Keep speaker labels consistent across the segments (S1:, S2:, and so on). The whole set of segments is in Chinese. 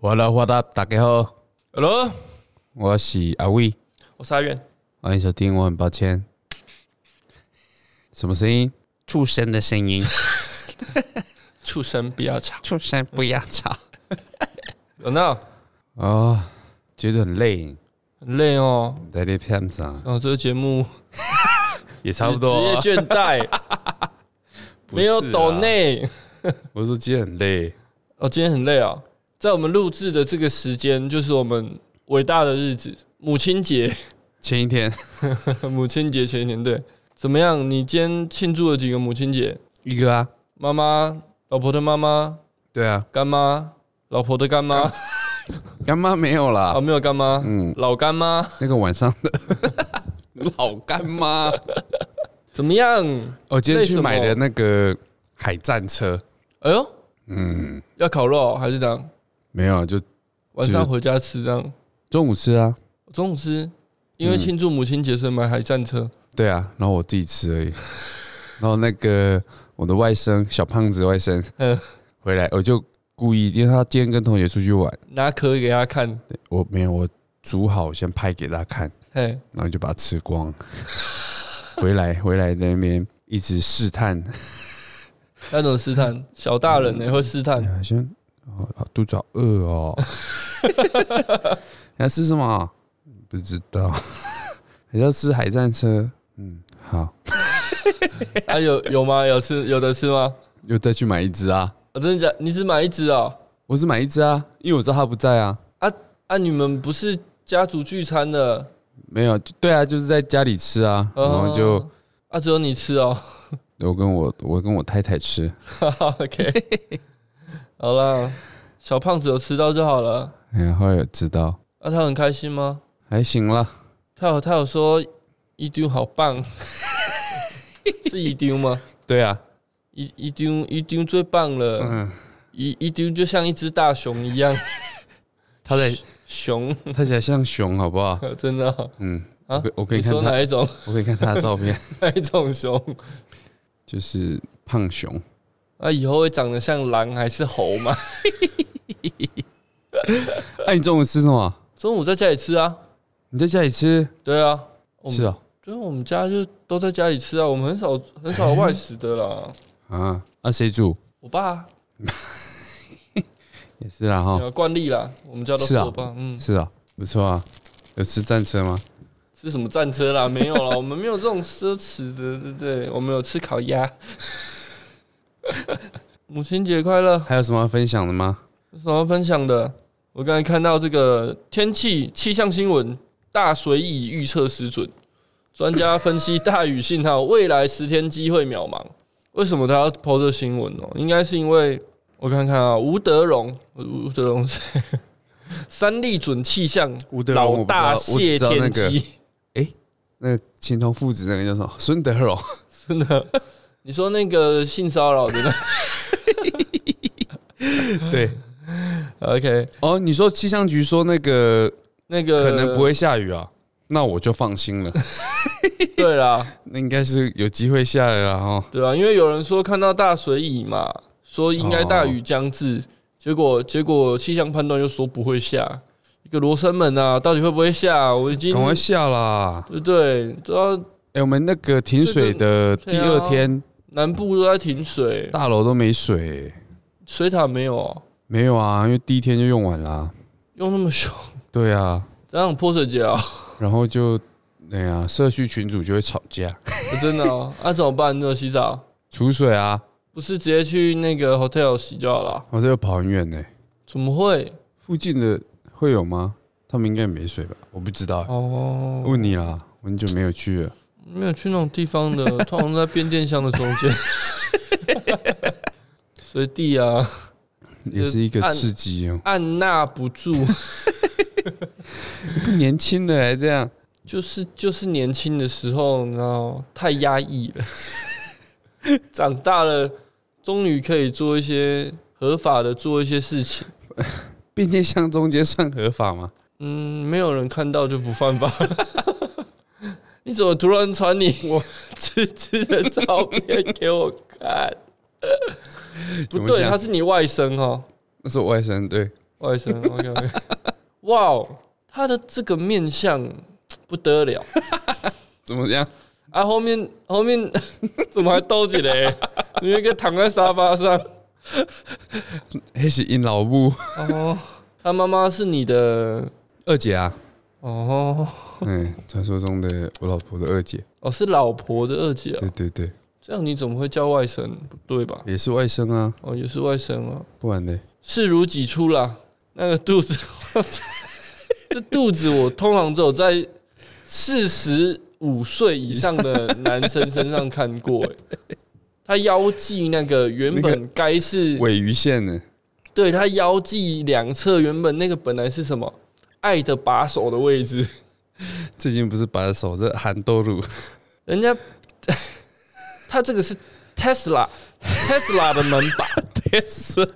S1: Hello，我大大家好，
S2: Hello，
S1: 我是阿伟，
S2: 我是阿远。
S1: 欢迎收听。我很抱歉，什么声音？畜生的声 音，
S2: 畜生不要吵。
S1: 畜生不要吵
S2: 有那
S1: 哦，觉得很累，
S2: 很累哦，
S1: 在那片上
S2: 然后这个节目
S1: 啊也差不多啊、
S2: 职业倦怠，
S1: 不
S2: 没
S1: 是啊
S2: 有抖。内。
S1: 我说今天很累，
S2: 哦，今天很累啊，在我们录制的这个时间，就是我们伟大的日子——母亲节。
S1: 前一天
S2: 母亲节前一天，对，怎么样？你今天庆祝了几个母亲节？
S1: 一个啊，
S2: 妈妈、老婆的妈妈、
S1: 对啊，
S2: 干妈、老婆的干妈
S1: 干妈没有啦
S2: 啊，，没有干妈，
S1: 嗯
S2: 老干妈，
S1: 那个晚上的老干 妈，
S2: 怎么样？
S1: 我哦今天去
S2: 累什么
S1: 买的那个海战车，
S2: 哎呦，
S1: 嗯，
S2: 要烤肉还是这样？
S1: 没有啊，就
S2: 晚上回家吃这样？
S1: 中午吃啊，
S2: 中午吃，因为庆祝母亲节，所以买海战车。
S1: 对啊，然后我自己吃而已。 然后那个我的外甥小胖子外甥
S2: 嗯
S1: 回来，我就故意，因为他今天跟同学出去玩，
S2: 拿壳给他看，
S1: 我没有我煮好先拍给他看，
S2: 嘿，
S1: 然后就把它吃光。 回来回来在那边一直试探，
S2: 那种试探，小大人呢、会试探，
S1: 好像哎哦好肚子好饿哦， 你要吃什么？不知道， 还是要吃海战车？嗯，好，
S2: 啊有有吗？有吃有的吃吗？
S1: 又再去买一只啊！
S2: 我、真的假？你只买一只哦？
S1: 我是买一只啊，因为我知道他不在啊。
S2: 啊，你们不是家族聚餐的？
S1: 没有，就对啊，就是在家里吃啊，
S2: 哦
S1: 然后就
S2: 啊，只有你吃哦。
S1: 我跟我我跟我太太吃，
S2: OK，好啦，小胖子有吃到就好了。
S1: 然哎后有知道
S2: 啊，他很开心吗？
S1: 还行啦，
S2: 他有他有说一丢好棒，是一丢吗？
S1: 对啊，
S2: 一一丢一丢最棒了。
S1: 嗯，
S2: 一一丢就像一只大熊一样，
S1: 他在
S2: 熊
S1: 他才像熊好不好？
S2: 真的哦、
S1: 嗯，
S2: 啊
S1: 我可以我可以
S2: 你
S1: 看
S2: 说
S1: 他，
S2: 哪一种
S1: 我可以看他的照片，
S2: 哪一种熊？
S1: 就是胖熊，
S2: 啊，以后会长得像狼还是猴吗？
S1: 哎、你中午吃什么？
S2: 中午在家里吃啊，
S1: 你在家里吃？
S2: 对啊，我们
S1: 是啊，
S2: 就是我们家就都在家里吃啊，我们很少很少外食的啦。
S1: 啊，那、谁煮？
S2: 我爸
S1: 也是啦哈，
S2: 呃惯例啦，我们家都
S1: 哦是
S2: 是
S1: 啊
S2: 我爸，嗯，
S1: 是啊，不错啊，有吃战车吗？
S2: 吃什么战车啦？ 没有啦，我们没有这种奢侈的，对不对？我们有吃烤鸭。 母亲节快乐！
S1: 还有什么要分享的吗？
S2: 有什么要分享的？我刚才看到这个天气气象新闻，大水已预测失准，专家分析大雨信号未来十天机会渺茫。为什么他要抛这新闻哦？应该是因为我看看啊，吴德荣，吴吴德荣是 三立准气象
S1: 吴德荣，我
S2: 老
S1: 不知道
S2: 大
S1: 我只
S2: 谢
S1: 知道那
S2: 天
S1: 个
S2: 机，
S1: 那个情同父子那个叫什么？孙德荣，
S2: 真的。你说那个性骚扰的那
S1: 对，
S2: OK，
S1: 哦，你说气象局说那个
S2: 那个
S1: 可能不。会下雨啊，那我就放心 了。
S2: 对啦，
S1: 那应该是有机会下了啦哦哈。
S2: 对啊，因为有人说看到大水蚁嘛，说应该大雨将至，
S1: 哦
S2: 结果结果气象判断又说不会下。一个罗生门啊，到底会不会下？我已经
S1: 赶快下啦！
S2: 对不对？啊都要
S1: 哎、我们那个停水的第二天，
S2: 南部都在停水，
S1: 大楼都没水、
S2: 水塔没有、啊，
S1: 没有啊，因为第一天就用完啦。
S2: 用那么凶，
S1: 对啊，
S2: 这样泼水节啊，
S1: 然后就哎呀、社区群主就会吵架，
S2: 真的哦，那、怎么办？那洗澡
S1: 储水啊，
S2: 不是直接去那个 hotel 洗就好了啊？
S1: 我这又跑很远呢、
S2: 怎么会？
S1: 附近的会有吗？他们应该也没水吧？我不知道、
S2: 哦，
S1: 问你啦，我很久没有去了。
S2: 没有去那种地方的，通常在变电箱的中间， 随地啊。
S1: 也是一个
S2: 按
S1: 刺激哦、
S2: 按捺不住，
S1: 不年轻的欸还这样，
S2: 就是就是年轻的时候，然后太压抑了。长大了， 终于可以做一些合法的做一些事情。
S1: 变电箱中间算合法 吗？
S2: 嗯，没有人看到就不犯法 了。你怎么突然传你我吃吃的照片给我看？不
S1: 有没有这
S2: 对，
S1: 样
S2: 他是你外甥哦。
S1: 那是我外甥对。
S2: 外甥 OK OK，哇哦，他的这个面相不得了
S1: 怎么样？
S2: 啊！后面后面 怎么还兜起 来？你一个躺在沙发上
S1: 黑是因老母
S2: 哦，他妈妈是你的
S1: 二姐啊，
S2: 哦
S1: 嗯，传说中的我老婆的二姐，
S2: 哦是老婆的二姐啊，
S1: 对对对，
S2: 这样你怎么会叫外甥？不对吧？
S1: 也是外甥啊，
S2: 哦，也是外甥啊，
S1: 不然呢？
S2: 视如己出啦。那个肚子， 这肚子我通常只有在四十五岁以上的男生身上看过、欸。他腰际那个原
S1: 那
S2: 本该是，
S1: 尾鱼线呢？
S2: 对他腰际两侧原本那个本来是什么爱的把手的位置，
S1: 最近不是把手这含豆乳，
S2: 人家他这个是 Tesla Tesla 的门把，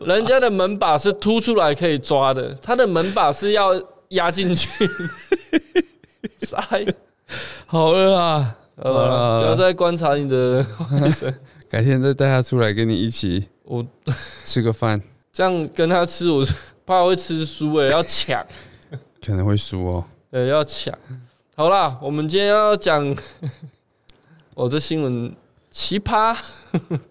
S2: 人家的门把是凸出来可以抓的，他的门把是要压进去。 傻眼，
S1: 好了啊啦，
S2: 好了，不要再观察你的外甥。
S1: 改天再带他出来跟你一起
S2: 我
S1: 吃个饭，
S2: 这样跟他吃，我怕会吃输哎、要抢，
S1: 可能会输哦。
S2: 对，要抢。好啦，我们今天要讲，我、这新闻奇葩，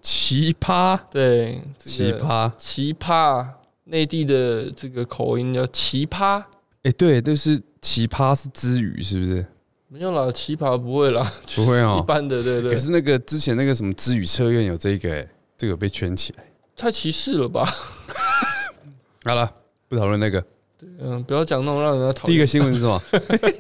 S1: 奇葩，
S2: 对，
S1: 奇
S2: 这个
S1: 葩，
S2: 奇葩，内地的这个口音叫奇葩，
S1: 哎，对，就是奇葩是之语，是不是？
S2: 没有啦，奇葩不会啦，
S1: 不会
S2: 一
S1: 哦。
S2: 般的，对对
S1: 可是那个之前那个什么之语测验有这个，哎，这个有被圈起来。
S2: 太歧视了 吧？
S1: 好了，不讨论那个。
S2: 嗯，不要讲那种让人家讨
S1: 第一
S2: 厌
S1: 个、新闻是什么？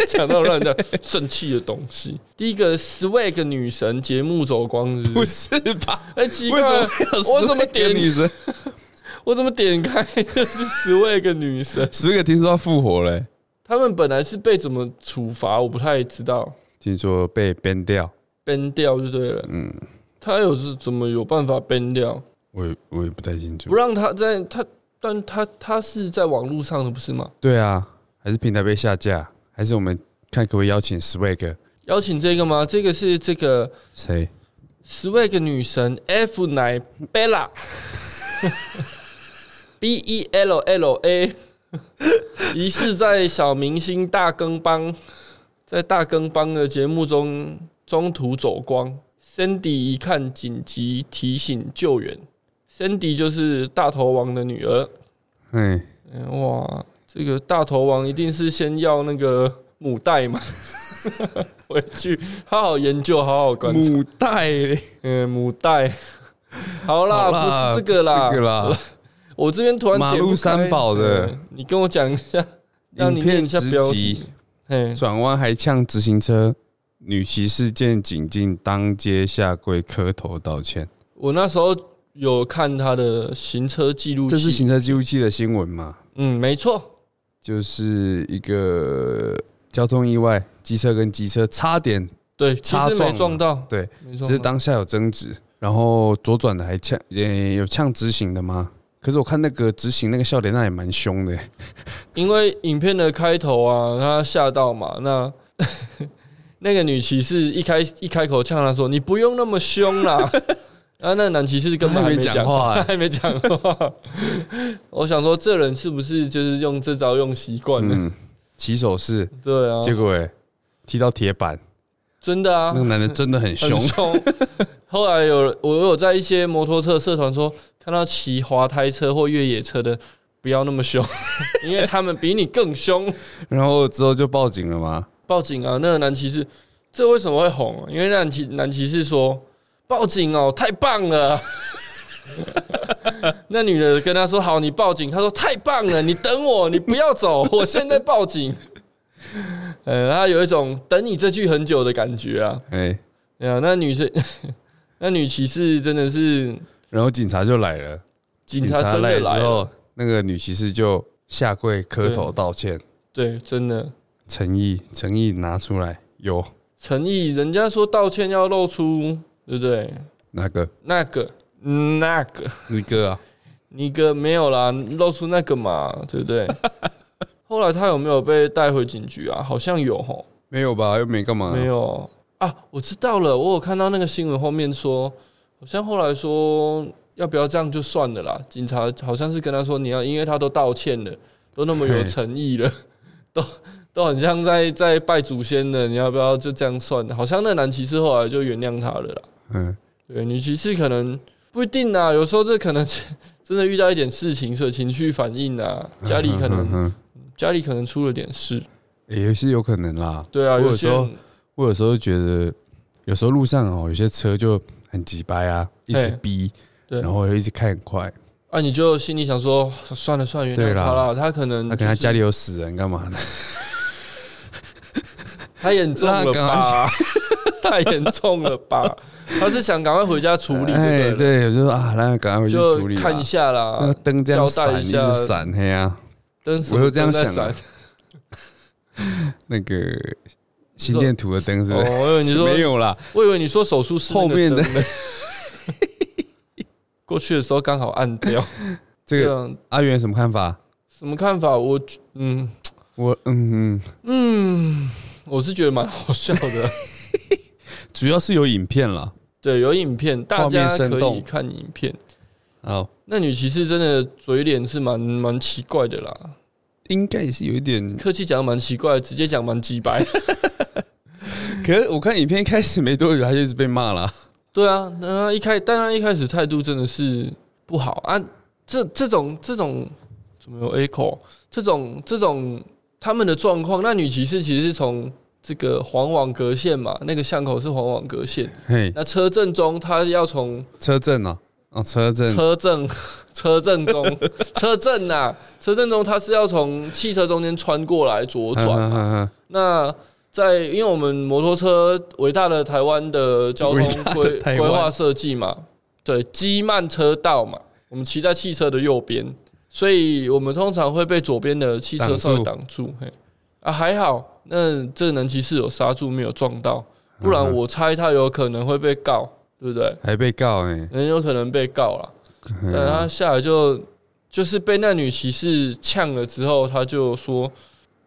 S2: 讲那种让人家生气的东西。 第一个 swag 女神节目走光日，
S1: 不是吧？
S2: 哎，奇怪
S1: 为什么
S2: 了，
S1: 会有
S2: 我怎么
S1: 10个
S2: 点
S1: 女生？
S2: 我怎么点开就是 swag 女神？
S1: 十个听说要复活嘞，
S2: 他们本来是被怎么处罚，我不太知道，
S1: 听说被 ban 掉。
S2: ban 掉就对了。
S1: 嗯，
S2: 他有是怎么有办法 ban 掉？
S1: 我也我也不太清楚
S2: 不。让他在他，但他他是在网络上的不是吗？
S1: 对啊，还是平台被下架，还是我们看可不可以邀请 Swag
S2: 邀请这个吗？这个是这个
S1: 谁？
S2: swag 女神 F 奶 Bella B E L L A，疑似在小明星大更帮在大更帮的节目中中途走光，Sandy 一看紧急提醒救援，Sandy 就是大头王的女儿。
S1: 哎，
S2: 嗯哇，这个大头王一定是先要那个母带嘛， 回去好好研究，好好观察。
S1: 带嘞
S2: 嗯，母带，好啦，
S1: 好啦
S2: 不是这个啦，
S1: 这个啦，
S2: 我这边突然
S1: 马
S2: 点不开
S1: 路三宝的
S2: 嗯你跟我讲一下，让你
S1: 影
S2: 念
S1: 片
S2: 一下
S1: 直
S2: 标
S1: 击
S2: 题。嘿，
S1: 转弯还呛直行车，女骑士见警进当街下跪磕头道歉，
S2: 我那时候有看他的行车记录器，
S1: 这是行车记录器的新闻嘛？
S2: 嗯，没错，
S1: 就是一个交通意外，机车跟机车差点，
S2: 对，其
S1: 擦
S2: 实
S1: 撞
S2: 没
S1: 了
S2: 撞到，
S1: 对，
S2: 没
S1: 只
S2: 撞
S1: 是
S2: 到，
S1: 当下有争执，然后左转的还呛，也有呛直行的吗？可是我看那个直行那个笑脸，那也蛮凶的、
S2: 因为影片的开头啊，他吓到嘛，那 那个女骑士一开一开口呛他说：“你不用那么凶啦。” 啊，那男骑士根本
S1: 他还
S2: 还
S1: 没
S2: 没
S1: 讲
S2: 讲
S1: 话 欸
S2: 他还没讲话。我想说，这人是不是就是用这招用习惯了？
S1: 嗯， 起 手式，
S2: 对啊，
S1: 结果哎、踢到 铁板，
S2: 真的啊
S1: 那个，男的真的很
S2: 很
S1: 凶，
S2: 凶。后来有我有在一些摩托车社团说，看到骑滑胎车或越野车的，不要那么凶， 因为他们比你更凶。
S1: 然后之后就报警了嘛。
S2: 报警啊！那个男骑士，这为什么会红、啊？因为那男骑男骑士说报警哦，太棒了。 那女的跟他说：“好，你报警。”他说：“太棒了，你等我，你不要走，我现在报警。” 呃，他有一种等你这句很久的感觉啊。
S1: 哎、
S2: 对啊，那女生， 那女骑士真的是
S1: 然后警察就来了，
S2: 警察真的
S1: 来
S2: 来
S1: 之
S2: 了，
S1: 后，那个女骑士就下跪磕头道歉，
S2: 对，真的
S1: 诚意诚意拿出来，有
S2: 诚意，人家说道歉要露出，对不对？
S1: 哪个
S2: 那个，那个。
S1: 那个啊？
S2: 你哥没有啦，露出那个嘛，对不 对？后来他有没有被带回警局啊？好像有吼，
S1: 没有吧？又没干嘛？
S2: 没有啊。我知道了，我有看到那个新闻后面说，好像后来说要不要这样就算了啦。警察好像是跟他说，你要因为他都道歉了，都那么有
S1: 嘿
S2: 诚意了，都都很像在在拜祖先的，你要不要就这样算？好像那男骑士后来就原谅他了啦。
S1: 嗯，
S2: 对，女骑士可能不一定啊，有时候这可能 是真的遇到一点事情，所以情绪反应啊，家里可能
S1: 嗯，
S2: 家里可能出了点事，
S1: 也是有可能啦。
S2: 对啊，
S1: 我
S2: 有
S1: 有
S2: 些
S1: 时候
S2: 人
S1: 我有时候觉得，有时候路上哦，有些车就很急掰啊，一直
S2: 嘿
S1: 逼，
S2: 对
S1: 然后又一直开很快。
S2: 啊，你就心里想说，哦算了算了，原
S1: 对
S2: 谅
S1: 啦
S2: 他啦，他可能
S1: 他可能他
S2: 就是
S1: 家里有死人干嘛的？
S2: 太严重了吧， 太严重了吧，他是想赶快回家处理，
S1: 哎
S2: 对不对？
S1: 对，有时候啊，那赶快回去
S2: 就
S1: 处理啦。
S2: 看一下
S1: 那
S2: 啦
S1: 个，灯这样
S2: 交代
S1: 闪，
S2: 一
S1: 一
S2: 下
S1: 直闪，嘿啊，
S2: 灯什
S1: 我
S2: 么
S1: 又这样
S2: 灯在
S1: 想啊
S2: 闪
S1: 那个心电图的灯是不是？
S2: 哦，我以为你
S1: 没
S2: 说，
S1: 有啦，
S2: 我以为你说手术室那个
S1: 后面的
S2: 灯呢过去的时候刚好按 掉，
S1: 这
S2: 对
S1: 个
S2: 啊，
S1: 阿元有什么看法？
S2: 什么看法？我嗯
S1: 我嗯，嗯，
S2: 嗯，我是觉得蛮好笑的。
S1: 主要是有影片了。
S2: 对，有影片，大
S1: 画面
S2: 家
S1: 生
S2: 可以
S1: 动
S2: 看影片。
S1: 好，
S2: 那女骑士真的嘴脸是蛮蛮奇怪的啦，
S1: 应该也是有一点，
S2: 客气讲蛮奇怪，直接讲蛮鸡白。
S1: 可是我看影片一开始没多久，他就一直被骂了。
S2: 对啊，那他一开，但他一开始态度真的是不好啊。这这种这种怎么有 echo？这种这种他们的状况，那女骑士其实是从这个黄网格线嘛，那个巷口是黄网格线，
S1: 嘿，
S2: 那车阵中他要从
S1: 车震哦，哦，车震，
S2: 车阵 车阵中车阵呐、车阵中他是要从汽车中间穿过来左
S1: 嗯
S2: 转嘛，
S1: 转，
S2: 那在因为我们摩托车伟大的台湾的交
S1: 伟
S2: 通
S1: 大的
S2: 规
S1: 台湾
S2: 规划设计嘛，对，机慢车道嘛，我们骑在汽车的右边，所以我们通常会被左边的汽车稍微挡住。嘿，啊，还好，那这能骑士有刹住，没有撞到，不
S1: 嗯
S2: 然我猜他有可能会被告，对不对？
S1: 还被告哎，
S2: 很有可能被告啦。
S1: 嗯
S2: 但他下来就就是被那女骑士呛了之后，他就说：“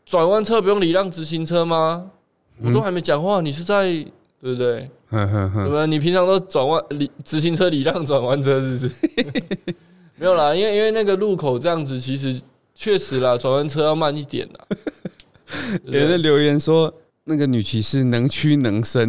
S2: 转弯车不用礼让直行车吗？
S1: 嗯
S2: 我都还没讲话，你是在对不对？
S1: 哼哼
S2: 怎
S1: 哼，
S2: 么你平常都转弯礼直行车礼让转弯车是不是？ 没有啦，因为因为那个路口这样子，其实确实啦，转弯车要慢一点啦。对不
S1: 有人
S2: 对
S1: 留言说那个女骑士能屈能伸，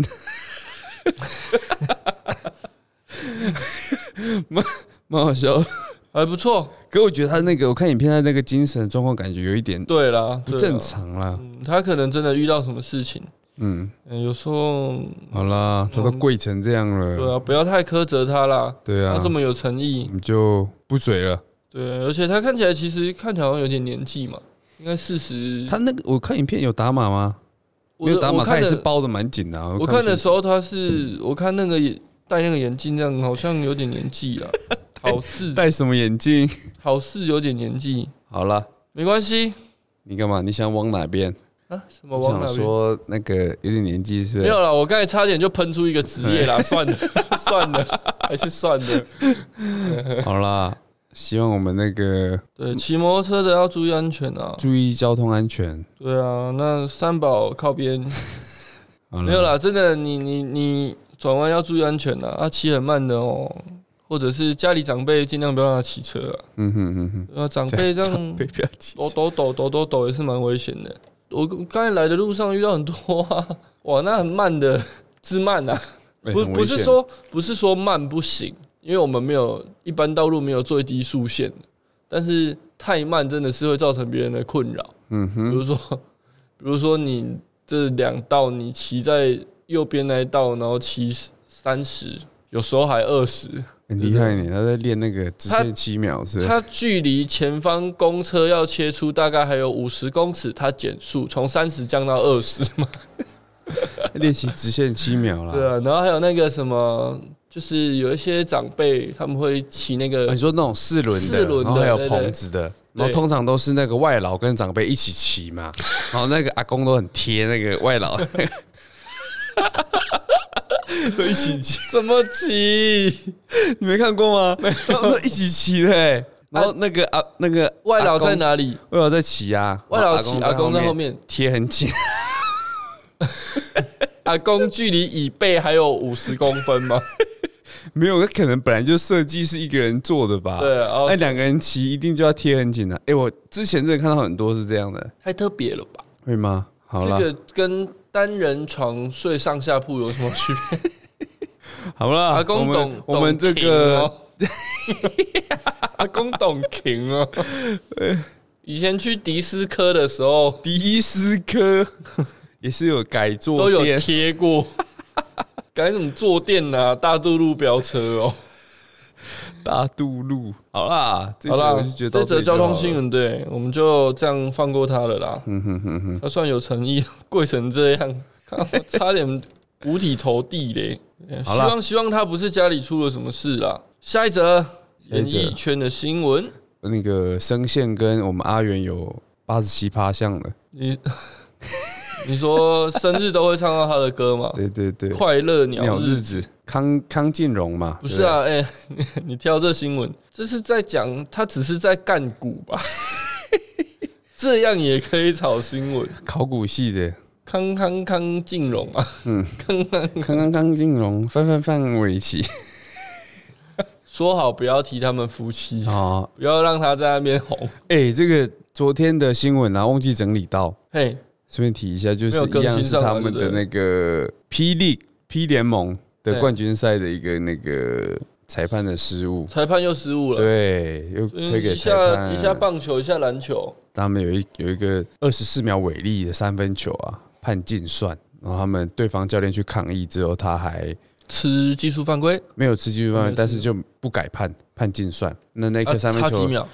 S1: 蛮蛮好笑的。
S2: 还不错，
S1: 可我觉得他那个，我看影片，他那个精神状况感觉有一点
S2: 对啦，
S1: 不
S2: 对啦
S1: 正。常啦。
S2: 嗯，他可能真的遇到什么事情，
S1: 嗯，
S2: 嗯，有时候
S1: 好啦，他都跪成这样
S2: 对
S1: 了，
S2: 啊，不要太苛责他啦。
S1: 对
S2: 他
S1: 啊
S2: 这，么有诚意
S1: 我，们就不嘴了。
S2: 对，啊而且他看起来其实看起来好像有点年纪嘛，应该四十。
S1: 他那个我看影片有打码吗？
S2: 我
S1: 没有打
S2: 我
S1: 码，他
S2: 看
S1: 也是
S2: 的，
S1: 包的蛮紧的啊。
S2: 我
S1: 不
S2: 看的
S1: 清
S2: 时候他是，我看那个眼戴那个眼镜，这样好像有点年纪 了，好
S1: 楚
S2: 似
S1: 戴什么眼镜？
S2: 好似有点年纪，
S1: 好了，
S2: 没关系
S1: 你干嘛？你想往哪边？
S2: 啊，什么
S1: 我
S2: 往
S1: 想
S2: 哪边？
S1: 说那个有点年纪是不
S2: 没
S1: 是
S2: 有？了，我刚才差点就喷出一个职业啦， 算了算了，还是算了。
S1: 好啦，希望我们那个
S2: 对，骑摩托车的要注意安全啊。
S1: 注意交通安全。
S2: 对啊，那三宝靠边。
S1: 好
S2: 没有，啦，真的，你你你转弯要注意安全呐，啊，骑很慢的哦，或者是家里长辈尽量不要让他骑车啊，
S1: 嗯哼嗯哼，
S2: 呃，长辈这样
S1: 别不要急。
S2: 抖抖抖抖抖抖也是蛮危险的。我刚才来的路上遇到很多啊， 哇，那很慢的，之慢啊，
S1: 哎
S2: 不
S1: 很危
S2: 不是
S1: 险
S2: 说不是说慢不行，因为我们没有一般道路没有最低速限，但是太慢真的是会造成别人的困扰。
S1: 嗯
S2: 比
S1: 哼
S2: 如说， 比如说你这两道你骑在右边那一道，然后骑三十，有时候还二十，
S1: 很厉害你，他在练那个直
S2: 他
S1: 线七秒是不是？
S2: 它距离前方公车要切出大概还有五十公尺，它减速从三十降到二十嘛。
S1: 练习直线七秒 啦。
S2: 对啊，然后还有那个什么，就是有一些长辈他们会骑那
S1: 啊
S2: 个
S1: 你，说那种四轮的，
S2: 四轮的
S1: 然后还有
S2: 对对
S1: 棚子的，然后通常都是那个外劳跟长辈一起 骑嘛，然后那个阿公都很贴那个外劳，都一起骑，
S2: 怎么骑？
S1: 你没看过吗？他们都一起骑的、欸，然后那个啊，那个
S2: 外劳在
S1: 阿公？
S2: 哪里？
S1: 外劳在骑啊，
S2: 外劳骑，
S1: 然
S2: 阿公在后
S1: 面
S2: 面，
S1: 贴很紧，
S2: 阿公距离椅背还有五十公分吗？
S1: 没有，可能本来就设计是一个人做的吧？
S2: 对，啊然后
S1: 那两个人骑一定就要贴很紧的、哎、我之前真的看到很多是这样的，
S2: 太特别了吧？
S1: 会吗？好
S2: 这
S1: 了，
S2: 个跟单人床睡上下铺有什么区 别？
S1: 好了，
S2: 阿公
S1: 我
S2: 懂哦
S1: 们，我
S2: 懂
S1: 们这
S2: 停
S1: 个
S2: 哦 阿公懂停哦。 以前去迪斯科的时候
S1: 迪斯科也是有改
S2: 都
S1: 坐
S2: 有
S1: 垫，
S2: 贴过， 改什么坐垫啊、大渡路飙车哦。
S1: 大渡路。好啦，这
S2: 好
S1: 则
S2: 啦
S1: 我就，觉得
S2: 这
S1: 到这
S2: 则
S1: 里就
S2: 交
S1: 好
S2: 通
S1: 了
S2: 新，闻，对，我们就这样放过他了啦。
S1: 嗯哼哼哼，
S2: 他算有诚意， 跪成这样， 差点五体投地嘞。希
S1: 好啦
S2: 望希望他不是家里出了什么事啊。下一则演
S1: 下一
S2: 艺
S1: 则
S2: 圈的新闻，
S1: 那个声线跟我们阿元有八十七趴像的，
S2: 你 你说生日都会唱到他的歌吗？
S1: 对对对，
S2: 快乐鸟
S1: 鸟
S2: 日
S1: 日子，康康靖荣嘛，
S2: 不是啊，哎、 你你挑这新闻，这是在讲他只是在干股吧？ 这样也可以炒新闻
S1: 对，不对，考古系的，
S2: 康康康靖荣啊，
S1: 康康康靖荣， 范范范 玮琪，
S2: 说好不要提他们夫妻，
S1: 哦，
S2: 不要让他在那边红。
S1: 哎，这个昨天的新闻啊，忘记整理到，
S2: 嘿，
S1: 顺便提一下，就是
S2: 没有更
S1: 一样
S2: 新
S1: 是
S2: 上
S1: 他
S2: 来
S1: 们
S2: 对
S1: 的
S2: 不对
S1: 那个霹雳 P 联盟的
S2: 对
S1: 冠军赛的一个那个裁判的失误，
S2: 裁判又失误了。
S1: 对，又
S2: 嗯，
S1: 推给
S2: 一
S1: 裁
S2: 下
S1: 判。
S2: 一下棒球，一下篮球，
S1: 他们有一有一个二十四秒违例的三分球啊，判禁算，然后他们对方教练去抗议之后，他还
S2: 吃技术犯规，
S1: 没有吃进
S2: 没有
S1: 犯，
S2: 吃
S1: 但是就不改判，判禁算。那那颗
S2: 哦啊
S1: 三分
S2: 差几
S1: 球
S2: 秒？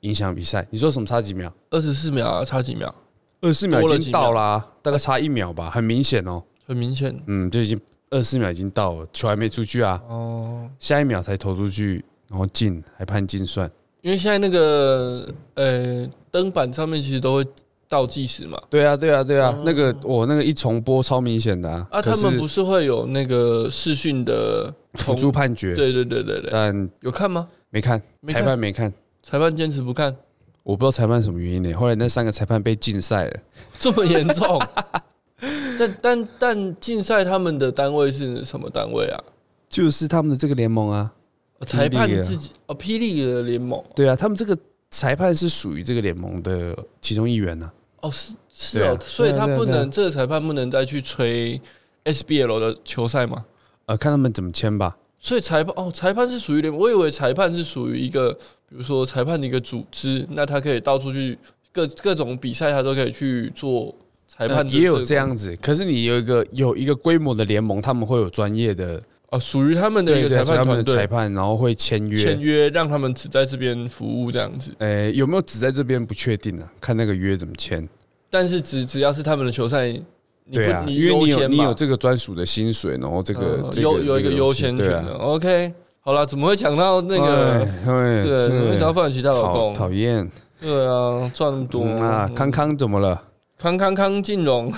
S1: 影响比赛，你说什么差几秒？
S2: 二十四秒啊，差几秒？
S1: 二十四秒
S2: 多了
S1: 已
S2: 几
S1: 经
S2: 秒
S1: 到啦、大概差一秒吧，很明显哦。
S2: 很明显
S1: 嗯，就已经二十四秒已经到了，球还没出去啊，
S2: 哦。
S1: 下一秒才投出去，然后进还判进算。
S2: 因为现在那个呃灯板上面其实都会倒计时嘛，
S1: 对啊，对啊，对啊
S2: 哦，
S1: 那个我那个一重播超明显的啊，
S2: 啊，
S1: 可
S2: 他
S1: 是
S2: 们不是会有那个视讯的
S1: 辅
S2: 重
S1: 助判决，
S2: 对对对对对，
S1: 但
S2: 有看吗？
S1: 没看
S2: 没看
S1: 裁判没看，
S2: 裁判坚持不看，
S1: 我不知道裁判什么原因呢。后来那三个裁判被禁赛了，
S2: 这么严重？ 但但但竞赛他们的单位是什么单位啊？
S1: 就是他们的这个联盟啊，
S2: 裁判
S1: League 啊
S2: 自己哦，霹雳的联盟
S1: 对啊，他们这个裁判是属于这个联盟的其中一员呐、
S2: 哦，是是
S1: 对啊
S2: 哦，所以
S1: 对啊
S2: 他
S1: 对啊
S2: 不
S1: 对啊
S2: 能这个裁判不能再去吹 SBL 的球赛嘛？
S1: 呃，看他们怎么签吧。
S2: 所以裁判哦，裁判是属于联盟，我以为裁判是属于一个，比如说裁判的一个组织，那他可以到处去各各种比赛，他都可以去做裁判
S1: 呃
S2: 的、
S1: 也有这样子，可是你有一个有一个规模的联盟，他们会有专业的
S2: 啊，属于他们的一个
S1: 对
S2: 裁
S1: 所以
S2: 判
S1: 他
S2: 团
S1: 们的
S2: 队
S1: 裁判，然后会签约，
S2: 签约，让他们只在这边服务这样子。
S1: 呃，有没有只在这边不确定啊？看那个约怎么签。
S2: 但是只只要是他们的球赛，你不、
S1: 对啊，
S2: 你
S1: 因为
S2: 优
S1: 你有
S2: 先
S1: 你
S2: 嘛
S1: 有，这个专属的薪水，然后这个
S2: 嗯
S1: 这
S2: 有有一
S1: 这
S2: 个
S1: 东
S2: 优
S1: 西
S2: 先权
S1: 对啊
S2: 的。OK，好了，怎么会讲到那个？
S1: 哎对
S2: 对，怎么会讲到范玮琪她老
S1: 讨
S2: 公？
S1: 讨厌
S2: 对啊，赚多
S1: 嗯啊！康康怎么了？
S2: 康康康靖荣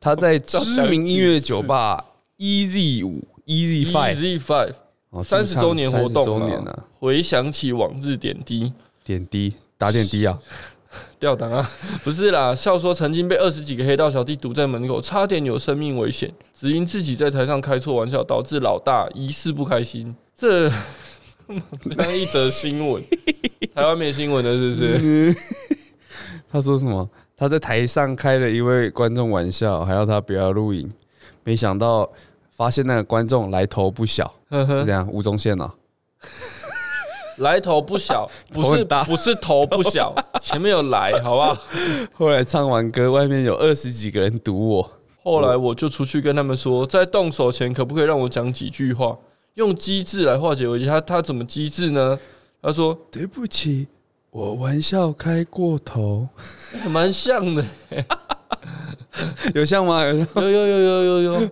S1: 他在
S2: 照
S1: 知
S2: 相
S1: 名
S2: 机
S1: 音乐
S2: 是
S1: 酒吧 EZ 五 EZ，E Five
S2: E Z Five。30周
S1: 哦
S2: 年活动
S1: 周
S2: 嘛
S1: 年啊，
S2: 回想起往日点滴，
S1: 点滴打点滴啊！
S2: 掉档啊， 不是啦，笑说曾经被二十几个黑道小弟堵在门口，差点有生命危险，只因自己在台上开错玩笑，导致老大疑似不开心。这 当一则新闻， 台湾没新闻了是不是？
S1: 他说什么？他在台上开了一位观众玩笑，还要他不要录影，没想到发现那个观众来头不小，
S2: 呵
S1: 是
S2: 呵
S1: 这样吴宗宪啊，
S2: 来头不小， 不
S1: 头
S2: 是
S1: 很大
S2: 不是头不 小，前面有来，好不好？
S1: 后来唱完歌，外面有二十几个人堵我，
S2: 后来我就出去跟他们说，在动手前可不可以让我讲几句话，用机智来化解危机？他他怎么机智呢？他说
S1: 对不起，我玩笑开过头，
S2: 哎蛮像的，
S1: 有像吗？有像
S2: 有有有有有有，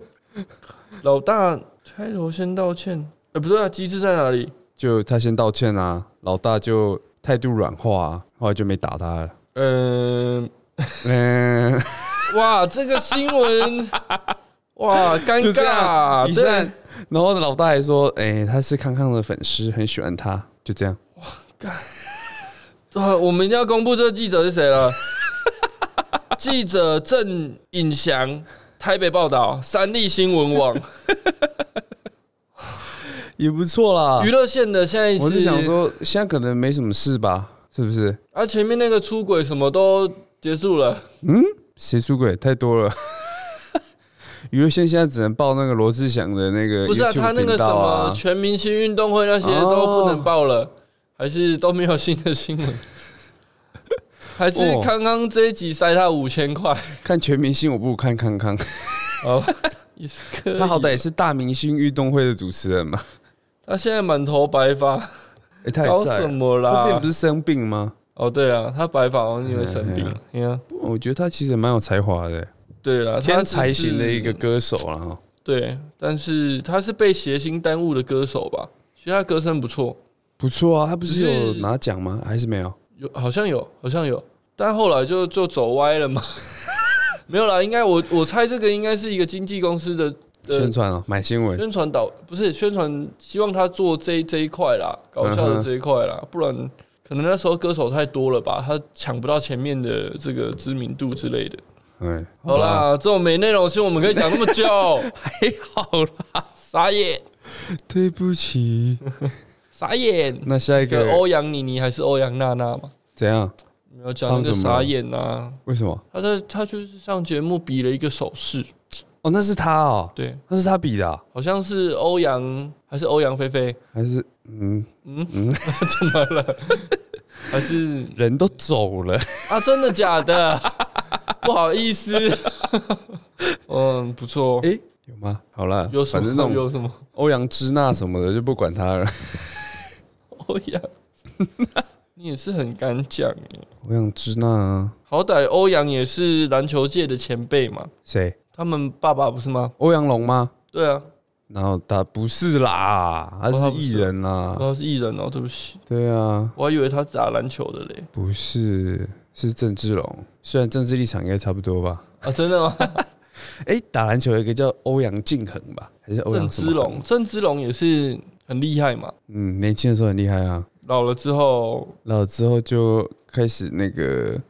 S2: 老大开头先道歉，哎、不对啊，机制在哪里？
S1: 就他先道歉啊，老大就态度软化、啊，后来就没打他了。
S2: 嗯、
S1: 嗯，
S2: 哇，这个新闻， 哇，尴
S1: 就这
S2: 尬，啊
S1: 样一下
S2: 对，
S1: 然后老大还说，哎、他是康康的粉丝，很喜欢他，就这样。
S2: 啊，我们一定要公布这个记者是谁了。 记者郑颖 祥，台北报道，三立新闻网。
S1: 也不错啦
S2: 娱。乐线的现在
S1: 啊我是想，说，现在可能没什么事吧？是不是？
S2: 啊，前面那个出轨什么都结束了，
S1: 谁出轨太多 了？娱乐线现在只能报那个罗志祥的那个
S2: 不是啊？他
S1: YouTube
S2: 那个什
S1: 频道
S2: 么
S1: 啊，哦
S2: 全明星运动会那些都不能报了，还是都没有新的新闻。还是
S1: 哦
S2: 康康这一集塞他五千块
S1: 看全明星，我不如看康康，
S2: 哦，也是可以
S1: 他好歹也是大明星运动会的主持人嘛。
S2: 他现在满头白发，
S1: 哎，他
S2: 搞
S1: 也
S2: 什
S1: 在，
S2: 么
S1: 他之前
S2: 啦
S1: 不？是生病吗？
S2: 哦，对啊，他白发好像因为生病
S1: 哎
S2: 了，你看，
S1: 我觉得他其实蛮有才华的，
S2: 对啊啦，他
S1: 天
S2: 只
S1: 才型的
S2: 呃是
S1: 一个歌手了哈。
S2: 对，但是他是被谐星耽误的歌手吧？其实他歌声不错，
S1: 不错啊，他不是有
S2: 只是
S1: 拿奖吗？还是没有？
S2: 有好像有，好像有，但后来就就走歪了嘛。 没有啦，应该我我猜这个应该是一个经纪公司的
S1: 宣
S2: 呃
S1: 传哦，买新闻。
S2: 宣传导，不是宣传，希望他做这这一块啦，搞笑
S1: 嗯
S2: 的
S1: 哼
S2: 这一块啦，不然可能那时候歌手太多了吧，他抢不到前面的这个知名度之类的。
S1: 嗯，
S2: 好，啦，这种没内容，其实我们可以讲那么久，
S1: 还好啦。
S2: 傻眼
S1: 对不起。
S2: 傻眼。
S1: 那下一
S2: 那个哦
S1: 个
S2: 欧阳妮妮还是欧阳娜娜嘛？
S1: 怎样？
S2: 没有讲那个傻眼呐、啊，
S1: 为什么？
S2: 他在他就是上节目比了一个手势，
S1: 哦，那是他哦，
S2: 对，
S1: 那是他比的啊，
S2: 好像是欧阳还是欧阳菲菲，
S1: 还是嗯，
S2: 嗯嗯，怎么了？还是
S1: 人都走了，
S2: 啊，真的假的？ 不好意思， 嗯，不错，
S1: 诶，有吗？好啦，
S2: 有什
S1: 反正那
S2: 么
S1: 种
S2: 有什么
S1: 欧阳支那什么的就不管他了。
S2: 欧阳， 你也是很敢讲耶，
S1: 欧阳支那啊
S2: 好歹欧阳也是篮球界的前辈嘛，
S1: 谁？
S2: 他们爸爸不是吗？
S1: 欧阳龙吗？
S2: 对啊，
S1: 然后他不是啦，他
S2: 他
S1: 是
S2: 不是
S1: 艺人
S2: 哦
S1: 啦。
S2: 他是艺人哦，对不起，
S1: 对啊，
S2: 我还以为他是打篮球的嘞。
S1: 不是，是郑志龙。虽然政治立场应该差不多吧。
S2: 啊，真的吗？
S1: 诶，打篮球有一个叫欧阳靖恒吧，还 是欧
S2: 郑
S1: 阳什
S2: 芝
S1: 么？
S2: 龙，郑芝龙也是很厉害嘛，
S1: 嗯，年轻的时候很厉害啊，
S2: 老了之后
S1: 老了之后就开始那个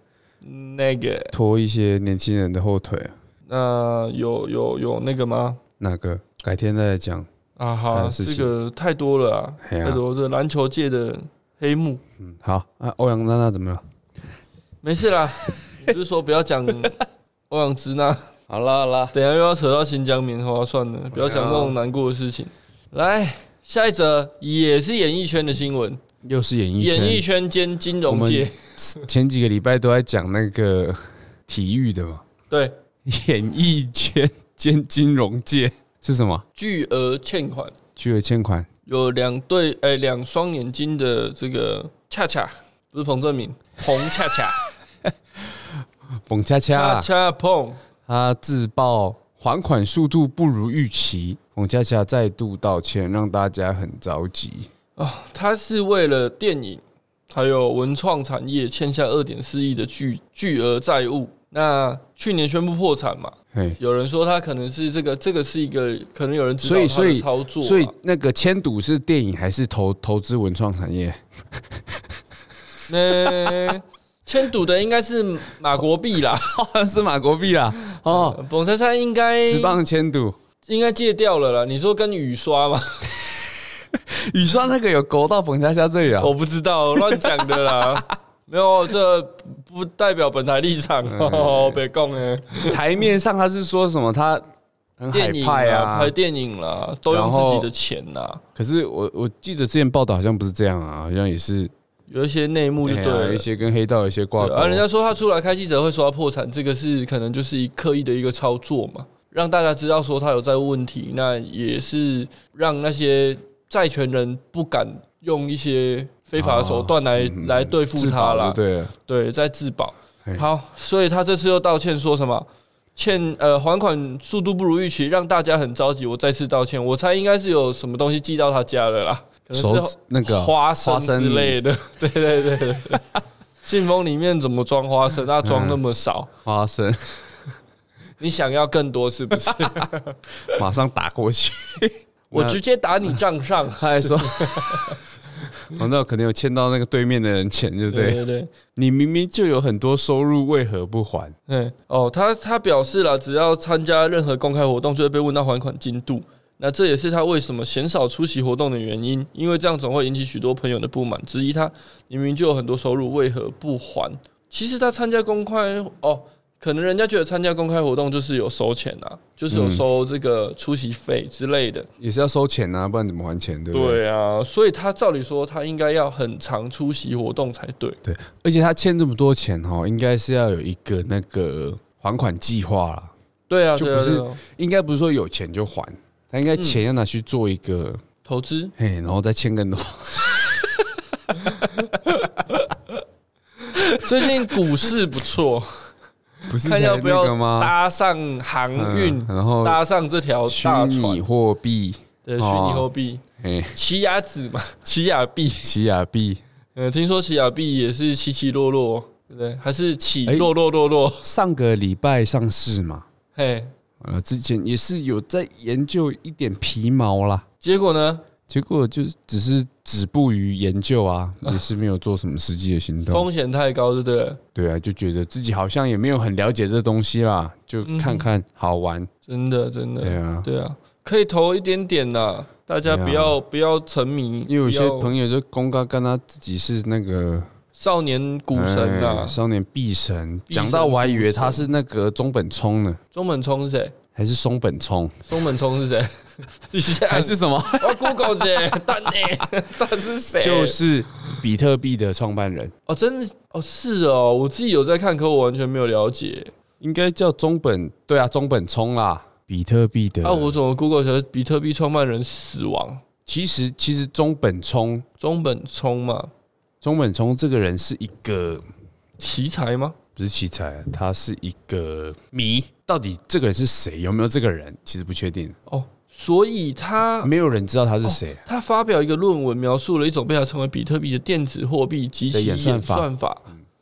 S2: 那个
S1: 拖一些年轻人的后腿啊。
S2: 那、有有有那个吗？
S1: 哪个？改天再来讲。
S2: 啊
S1: 还
S2: 哈，
S1: 有事情
S2: 这个太多了啊，
S1: 嘿啊
S2: 太多这篮球界的黑幕，
S1: 嗯，好啊，欧阳娜娜怎么了？
S2: 没事 啦，你不是说不要讲欧阳之那，
S1: 好啦好啦，
S2: 等一下又要扯到新疆棉花，算了，不要讲这种难过的事情。哎来，下一则也是演艺圈的新闻，
S1: 又是演艺圈
S2: 演艺圈兼金融
S1: 我
S2: 界，
S1: 前几个礼拜都在讲那个体育的嘛，
S2: 对，
S1: 演艺圈兼金融界是什么？
S2: 巨额欠款。
S1: 巨额欠款，
S2: 有两对哎两双眼睛的这个恰恰，不是彭正明，彭恰恰
S1: 冯恰
S2: 恰
S1: 恰
S2: 恰碰，
S1: 他自曝还款速度不如预期，冯恰恰再度道歉，让大家很着急。
S2: 他哦是为了电影还有文创产业欠下二点四亿的巨巨额债务。那去年宣布破产嘛，
S1: 嘿，
S2: 有人说他可能是这个这个是一个可能有人知道
S1: 所以
S2: 他
S1: 所
S2: 的
S1: 以
S2: 操作啊、
S1: 所以那个千赌是电影还是投投资文创产业？
S2: 那签赌的应该是马国币 啦，
S1: 是马国币啦，哦，
S2: 彭珊珊应该
S1: 直棒千赌。
S2: 应该戒掉了啦。你说跟雨刷 嘛？
S1: 雨刷那个有勾到冯佳佳这里啊？
S2: 我不知道，乱讲的啦。没有，这不代表本台立 场
S1: 嗯
S2: 哦，别讲哎。
S1: 台面上他是说什么？他很害
S2: 电影
S1: 怕
S2: 啦，
S1: 啊
S2: 拍。电影啦，都用自己的钱啦，
S1: 可是我我记得之前报道好像不是这样啊，好像也是
S2: 有一些内幕就对
S1: 哎呀
S2: 了
S1: 一。些跟黑道有一些挂
S2: 对
S1: 钩。
S2: 啊，人家说他出来开记者会说他破产，这个是可能就是一刻意的一个操作嘛，让大家知道说他有在问题，那也是让那些债权人不敢用一些非法的手段来、
S1: 嗯
S2: 来对付
S1: 自
S2: 他
S1: 保
S2: 啦
S1: 就。对了，
S2: 对，在自保
S1: 嘿。
S2: 好，所以他这次又道歉，说什么欠呃还款速度不如预期，让大家很着急。我再次道歉，我猜应该是有什么东西寄到他家了啦，可能
S1: 手
S2: 是
S1: 指那个啊
S2: 花
S1: 花
S2: 生
S1: 生
S2: 之类的。 对对对对，信封里面怎么装花生？那装
S1: 嗯
S2: 那么少，
S1: 花生
S2: 你想要更多是不 是？
S1: 马上打过去，
S2: 我直接打你账上。
S1: 他 还说，哦，那可能有欠到那个对面的人钱，对不
S2: 对对
S1: 对？
S2: 对，
S1: 你明明就有很多收入，为何不还？
S2: 嗯，哦，他他表示了，只要参加任何公开活动，就会被问到还款进度。那这也是他为什么鲜少出席活动的原因，因为这样总会引起许多朋友的不满，质疑他明明就有很多收入，为何不还？其实他参加公开哦，可能人家觉得参加公开活动就是有收钱啊，就是
S1: 嗯
S2: 有收这个出席费之类的。
S1: 也是要收钱啊，不然怎么还钱？对不对？
S2: 对啊，所以他照理说他应该要很常出席活动才对。
S1: 而且他欠这么多钱哦，应该是要有一个那个还款计划啦，
S2: 对啊，
S1: 就
S2: 对啊
S1: 不是
S2: 对啊
S1: 应该不是说有钱就还，他应该钱要拿去做一个，
S2: 投资，
S1: 嘿，然后再欠更多。
S2: 最近股市不错，
S1: 不是
S2: 看
S1: 才
S2: 要不
S1: 那
S2: 要
S1: 个吗？
S2: 搭上航运
S1: 嗯，然后
S2: 搭上这条
S1: 虚
S2: 大船
S1: 拟货币，
S2: 的虚拟货币
S1: 哎，
S2: 奇亚籽嘛， 奇亚币。
S1: 奇亚币
S2: 呃，听说奇亚币也是起起落落，对不对？还是起
S1: 哎
S2: 落落落落？
S1: 上个礼拜上市嘛，
S2: 嘿，
S1: 呃，之前也是有在研究一点皮毛啦，
S2: 结果呢？
S1: 结果就只是止步于研 究啊，也是没有做什么实际的行动。
S2: 风险太高，对不对了？
S1: 对啊，就觉得自己好像也没有很了解这东西啦，就看看好玩。
S2: 真的，真的，
S1: 对啊，
S2: 嗯对啊，可以投一点点呐，大家
S1: 对啊
S2: 不要不要沉迷，
S1: 因为有些
S2: 不要
S1: 朋友就公告跟他自己是那个
S2: 少年股神
S1: 哎
S2: 啊，
S1: 少年必神。
S2: 必神
S1: 讲到我还以为
S2: 股神
S1: 他是那个中本聪呢，
S2: 中本聪是谁？
S1: 还是松本 聪，
S2: 中本聪是谁？你现在
S1: 还是什么？
S2: 我 Google 谁？ 蛋呢？蛋是谁？
S1: 就是比特币的创办人，
S2: 哦，真的哦，是哦，我自己有在看，可我完全没有了解。
S1: 应该叫中本。对啊，中本聪啦，比特币的。
S2: 啊，我怎么 Google 起来比特币创办人死亡？
S1: 其实其实中本聪，
S2: 中本聪嘛，
S1: 中本聪这个人是一个
S2: 奇才吗？
S1: 不是奇才，他是一个谜。到底这个人是谁？有没有这个人？其实不确定，
S2: 哦，所以他
S1: 没有人知道他是谁。
S2: 他发表一个论文，描述了一种被他称为比特币的电子货币及
S1: 的
S2: 其
S1: 演算法
S2: 算法。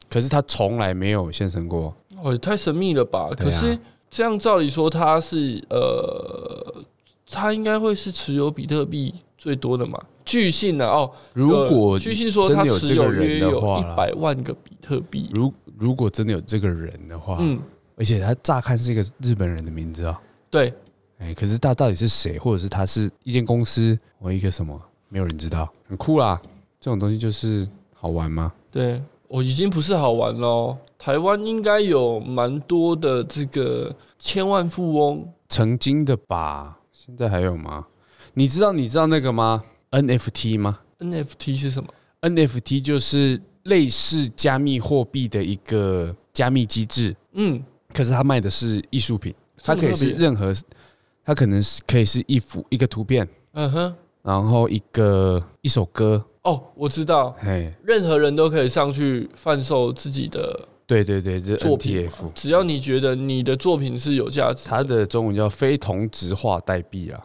S1: 可是他从来没有现身过。
S2: 哦，也太神秘了吧！
S1: 嗯对
S2: 可
S1: 啊
S2: 是这样照理说，他是呃，他应该会是持有比特币最多的嘛？据信呢、啊？哦，
S1: 如果
S2: 呃据信说
S1: 真
S2: 他
S1: 的有
S2: 持
S1: 这个
S2: 有约
S1: 人的
S2: 有
S1: 话
S2: 一
S1: 啦，
S2: 百万个比特币。
S1: 如如果真的有这个人的话，
S2: 嗯，
S1: 而且他乍看是一个日本人的名字啊，
S2: 对，
S1: 哎、可是他到底是谁，或者是他是一间公司或一个什么，没有人知道，很酷啦。这种东西就是好玩吗？
S2: 对，我已经不是好玩咯。台湾应该有蛮多的这个千万富翁，
S1: 曾经的吧，现在还有吗？你知道你知道那个吗？NFT 吗
S2: NFT 是什么？
S1: ？NFT 就是类似加密货币的一个加密机制，
S2: 嗯，
S1: 可是它卖的是艺术品，它可以
S2: 这
S1: 是
S2: 么特别
S1: 任何，它可能是可以是一幅一个图片，
S2: 嗯哼，
S1: 然后一个一首歌，
S2: 哦，我知道，
S1: 嘿，
S2: 任何人都可以上去贩售自己的，
S1: 对对对，这
S2: 作品
S1: NTF，
S2: 只要你觉得你的作品是有价值。
S1: 它的中文叫非同质化代币啊。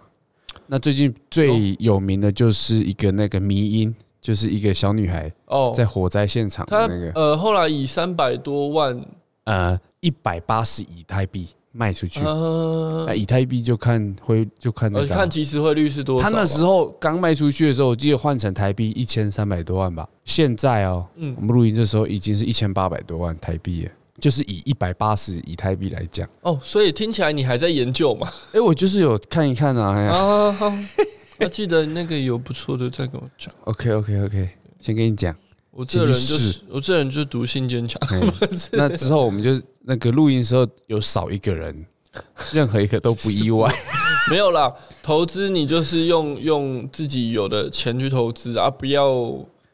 S1: 那最近最有名的就是一个那个迷音，就是一个小女孩
S2: 哦，
S1: 在火灾现场
S2: 他
S1: 的那个，
S2: 呃后来以三百多万，
S1: 呃，一百八十以太币卖出去，哎
S2: 呃
S1: 那，以太币就看会就看那
S2: 呃
S1: 个啊
S2: 看。即时汇率是多少啊
S1: 他
S2: 吧？
S1: 那时候刚卖出去的时候，我记得换成台币一千三百多万吧。现在哦，
S2: 嗯
S1: 我们录音这时候已经是一千八百多万台币了，就是以一百八十以太币来讲。
S2: 哦，所以听起来你还在研究嘛？
S1: 哎、我就是有看一看 啊。哎呀
S2: 啊，好，我记得那个有不错的再跟我讲。
S1: OK OK OK，先跟你讲，
S2: 我这人就
S1: 其实
S2: 是我这人就读性坚强，
S1: 嘿那之后我们就那个录音时候有少一个人，任何一个都不意外。
S2: 没有啦。投资你就是用用自己有的钱去投资啊，不要，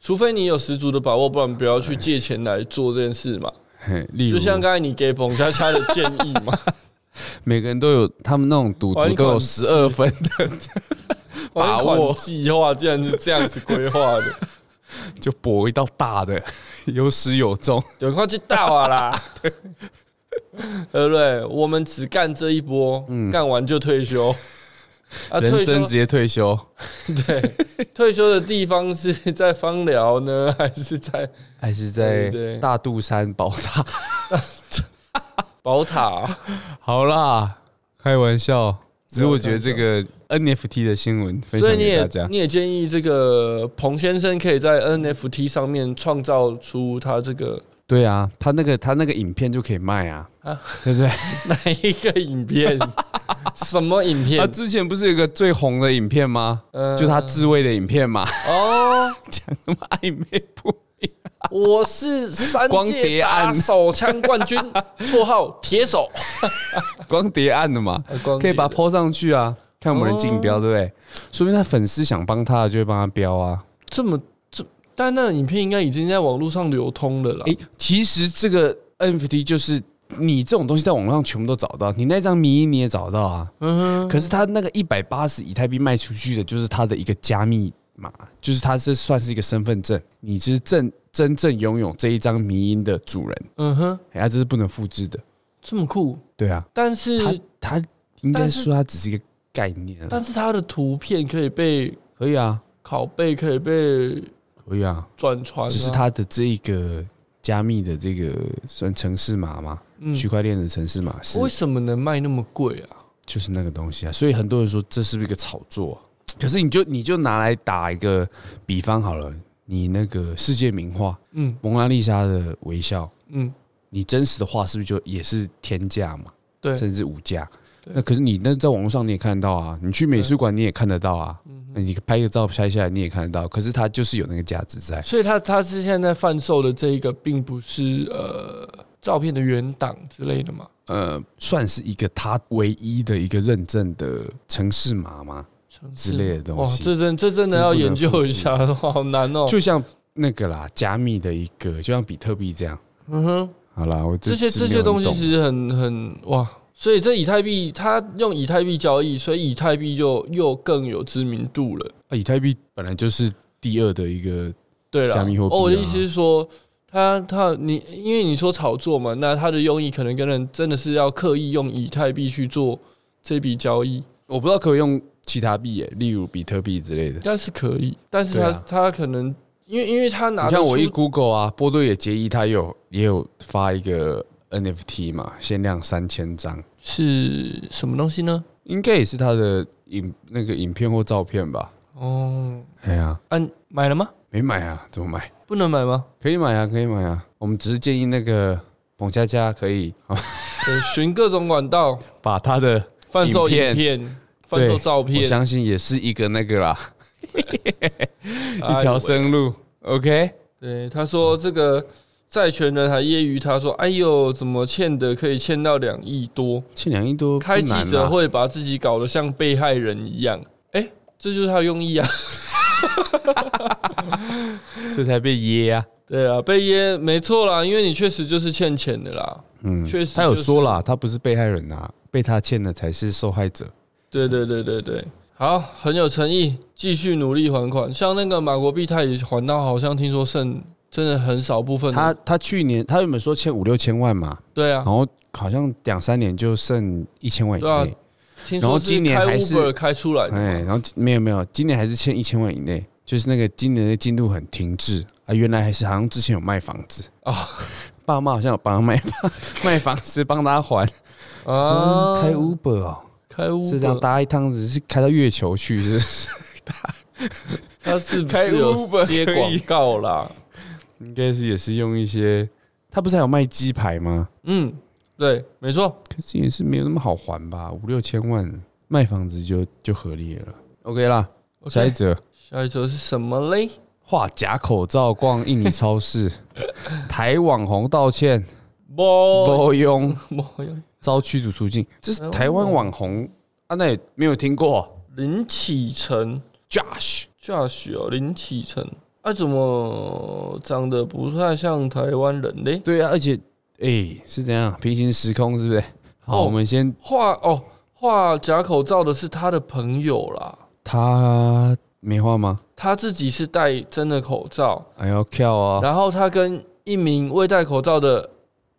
S2: 除非你有十足的把握，不然不要去借钱来做这件事嘛。
S1: 嘿哎例如
S2: 就，像刚才你给彭佳佳的建议嘛，
S1: 每个人都有他们那种赌
S2: 还
S1: 徒
S2: 款
S1: 都有十二分的 把握，
S2: 计划竟然是这样子规划的，
S1: 就搏一道大的， 有始有终。
S2: 有快去大瓦 啦，对不对？我们只干这一波，干完就退 休。啊，
S1: 嗯人
S2: 退
S1: 生
S2: 休
S1: 直接退休，
S2: 对，退休的地方是在芳疗呢，还是在
S1: 还是
S2: 对
S1: 在
S2: 对
S1: 大肚山宝塔？
S2: 宝塔？
S1: 好啦，开玩笑。只是我觉得
S2: 没
S1: 这
S2: 有
S1: 个 NFT 的新闻 分
S2: 所
S1: 享
S2: 以你
S1: 给大
S2: 也
S1: 家，
S2: 你也建议这个彭先生可以在 NFT 上面创造出他这个
S1: 对啊，他那个他那个影片就可以卖啊，
S2: 啊
S1: 对不对？
S2: 哪一个影 片？什么影
S1: 他
S2: 片？
S1: 之前不是有一个最红的影片吗？
S2: 呃
S1: 就他自慰的影片嘛，
S2: 哦，
S1: 讲什么暧昧不明？
S2: 我是三
S1: 光
S2: 届
S1: 碟
S2: 打
S1: 案
S2: 手枪冠军，绰号铁手。
S1: 光碟案的嘛，可以把它 PO 上去啊，看有没有人竞
S2: 哦
S1: 标，对不对？说明他粉丝想帮他的就会帮他标啊。
S2: 这么这，但那个影片应该已经在网络上流通了啦。
S1: 诶，其实这个 NFT 就是你这种东西在网上全部都找到，你那张迷你也找到啊。
S2: 嗯哼，
S1: 可是他那个一百八十以太币卖出去的，就是他的一个加密码，就是他是算是一个身份证，你是真真正拥有这一张迷因的主人，
S2: 嗯哼，
S1: 哎，他这是不能复制的。
S2: 这么酷。
S1: 对啊，
S2: 但是，
S1: 他他应该
S2: 但是
S1: 说他只是一个概念啊，
S2: 但是它的图片可以被
S1: 可以啊，
S2: 拷贝，可以被
S1: 可以啊，
S2: 转传、啊。
S1: 只是它的这一个加密的这个算城市码吗？
S2: 嗯
S1: 区块链的城市码是
S2: 为什么能卖那么贵啊？
S1: 就是那个东西啊，所以很多人说这是不是一个炒作啊？可是你就你就拿来打一个比方好了，你那个世界名画《
S2: 嗯
S1: 蒙娜丽莎的微笑》，
S2: 嗯，
S1: 你真实的画是不是就也是天价嘛？
S2: 对
S1: 甚至无价。
S2: 对
S1: 那可是你那在网络上你也看得到啊，你去美术馆你也看得到啊，
S2: 嗯
S1: 那你拍个照拍下来你也看得到，可是它就是有那个价值在。
S2: 所以它它是现在贩售的这一个，并不是呃照片的原档之类的嘛？
S1: 呃，算是一个它唯一的一个认证的城市码吗？
S2: 城
S1: 之
S2: 市
S1: 类的东
S2: 哇，
S1: 西
S2: 这真这真的要研究一下，好难哦。
S1: 就像那个啦，加密的一个，就像比特币这样。
S2: 嗯哼，
S1: 好啦，我
S2: 这些这些东西其
S1: 实
S2: 实很很哇，所以这以太币它用以太币交易，所以以太币就又更有知名度了。
S1: 啊以太币本来就是第二的一个，
S2: 对了，
S1: 加密货币啊
S2: 哦，我的意思是说，他他你，因为你说炒作嘛，那他的用意可能跟人真的是要刻意用以太币去做这笔交易，
S1: 我不知道可不可以用其他币耶，例如比特币之类的
S2: 应。该是可以，但是
S1: 对
S2: 他、
S1: 啊
S2: 他可能因为因为他拿
S1: 你
S2: 得
S1: 像我
S2: 出
S1: 一 Google 啊，波多野结衣他有也有发一个 NFT 嘛，限量三千张，
S2: 是什么东西呢？
S1: 应该也是他的影那个影片或照片吧？
S2: 哦，
S1: 哎呀，
S2: 按、买了吗？
S1: 没买啊，怎么买？
S2: 不能买吗？
S1: 可以买啊，可以买啊。我们只是建议那个彭佳佳可以啊
S2: 对，寻各种管道
S1: 把他的，
S2: 贩售影
S1: 影
S2: 片、贩售
S1: 对
S2: 照
S1: 我
S2: 片，
S1: 相信也是一个那个啦，
S2: 一哎
S1: 一条。生路。OK，
S2: 啊对，他说这个债权人还揶揄他说：“哎呦，怎么欠的可以欠到两亿多？”
S1: 欠两亿多，
S2: 开记
S1: 难
S2: 者
S1: 啊。
S2: 会把自己搞得像被害人一样，哎、这就是他的用意啊。
S1: 这才被噎啊。
S2: 对啊，被噎没错啦，因为你确实就是欠钱的啦。
S1: 嗯，
S2: 确实
S1: 他有
S2: 就是
S1: 说啦，他不是被害人啊，被他欠的才是受害者。
S2: 对对对对对，好，很有诚意，继续努力还款。像那个马国币，他也还到好像听说剩真的很少部分。
S1: 他哦他去年他原本说欠五六千万嘛，
S2: 对啊
S1: 然，后好像两三年就剩一千万以
S2: 对
S1: 内
S2: 啊，听
S1: 然
S2: 说
S1: 后
S2: 是
S1: 今年
S2: 开
S1: 还是
S2: Uber 开出来的
S1: 哎，
S2: 嘛。
S1: 然后没有没有，今年还是欠一千万以内，就是那个今年的进度很停滞啊。原来还是好像之前有卖房子
S2: 哦，
S1: 爸妈好像有帮他卖房卖房子，帮 他还。
S2: 啊，
S1: 开 Uber 哦，
S2: 开 Uber
S1: 是这样搭一趟子是开到月 球去是不是？
S2: 他是不
S1: 开
S2: 是有
S1: Uber
S2: 接
S1: 可
S2: 广
S1: 以
S2: 告啦？
S1: 应该是也是用一些，他不是还有卖鸡排吗？
S2: 嗯，对，没错。
S1: 可是也是没有那么好还吧，五六千万卖房子就就合理了。OK 啦，下一
S2: OK，
S1: 则。
S2: 下一则是什么嘞？
S1: 画假口罩逛印尼超 市，台网红道歉，
S2: 不
S1: 包佣
S2: 不，
S1: 遭驱逐出境，这是
S2: 哦
S1: 台湾网红啊，那也没有听过
S2: 林启程
S1: Josh，
S2: Josh 哦，林启程，啊，怎么长得不太像台湾人嘞？
S1: 对啊，而且哎、是怎样平行时空是不是？好，
S2: 哦
S1: 我们先
S2: 画哦，画假口罩的是他的朋友啦，
S1: 他没画吗？
S2: 他自己是戴真的口罩，
S1: 哎呦跳啊，
S2: 然后他跟一名未戴口罩的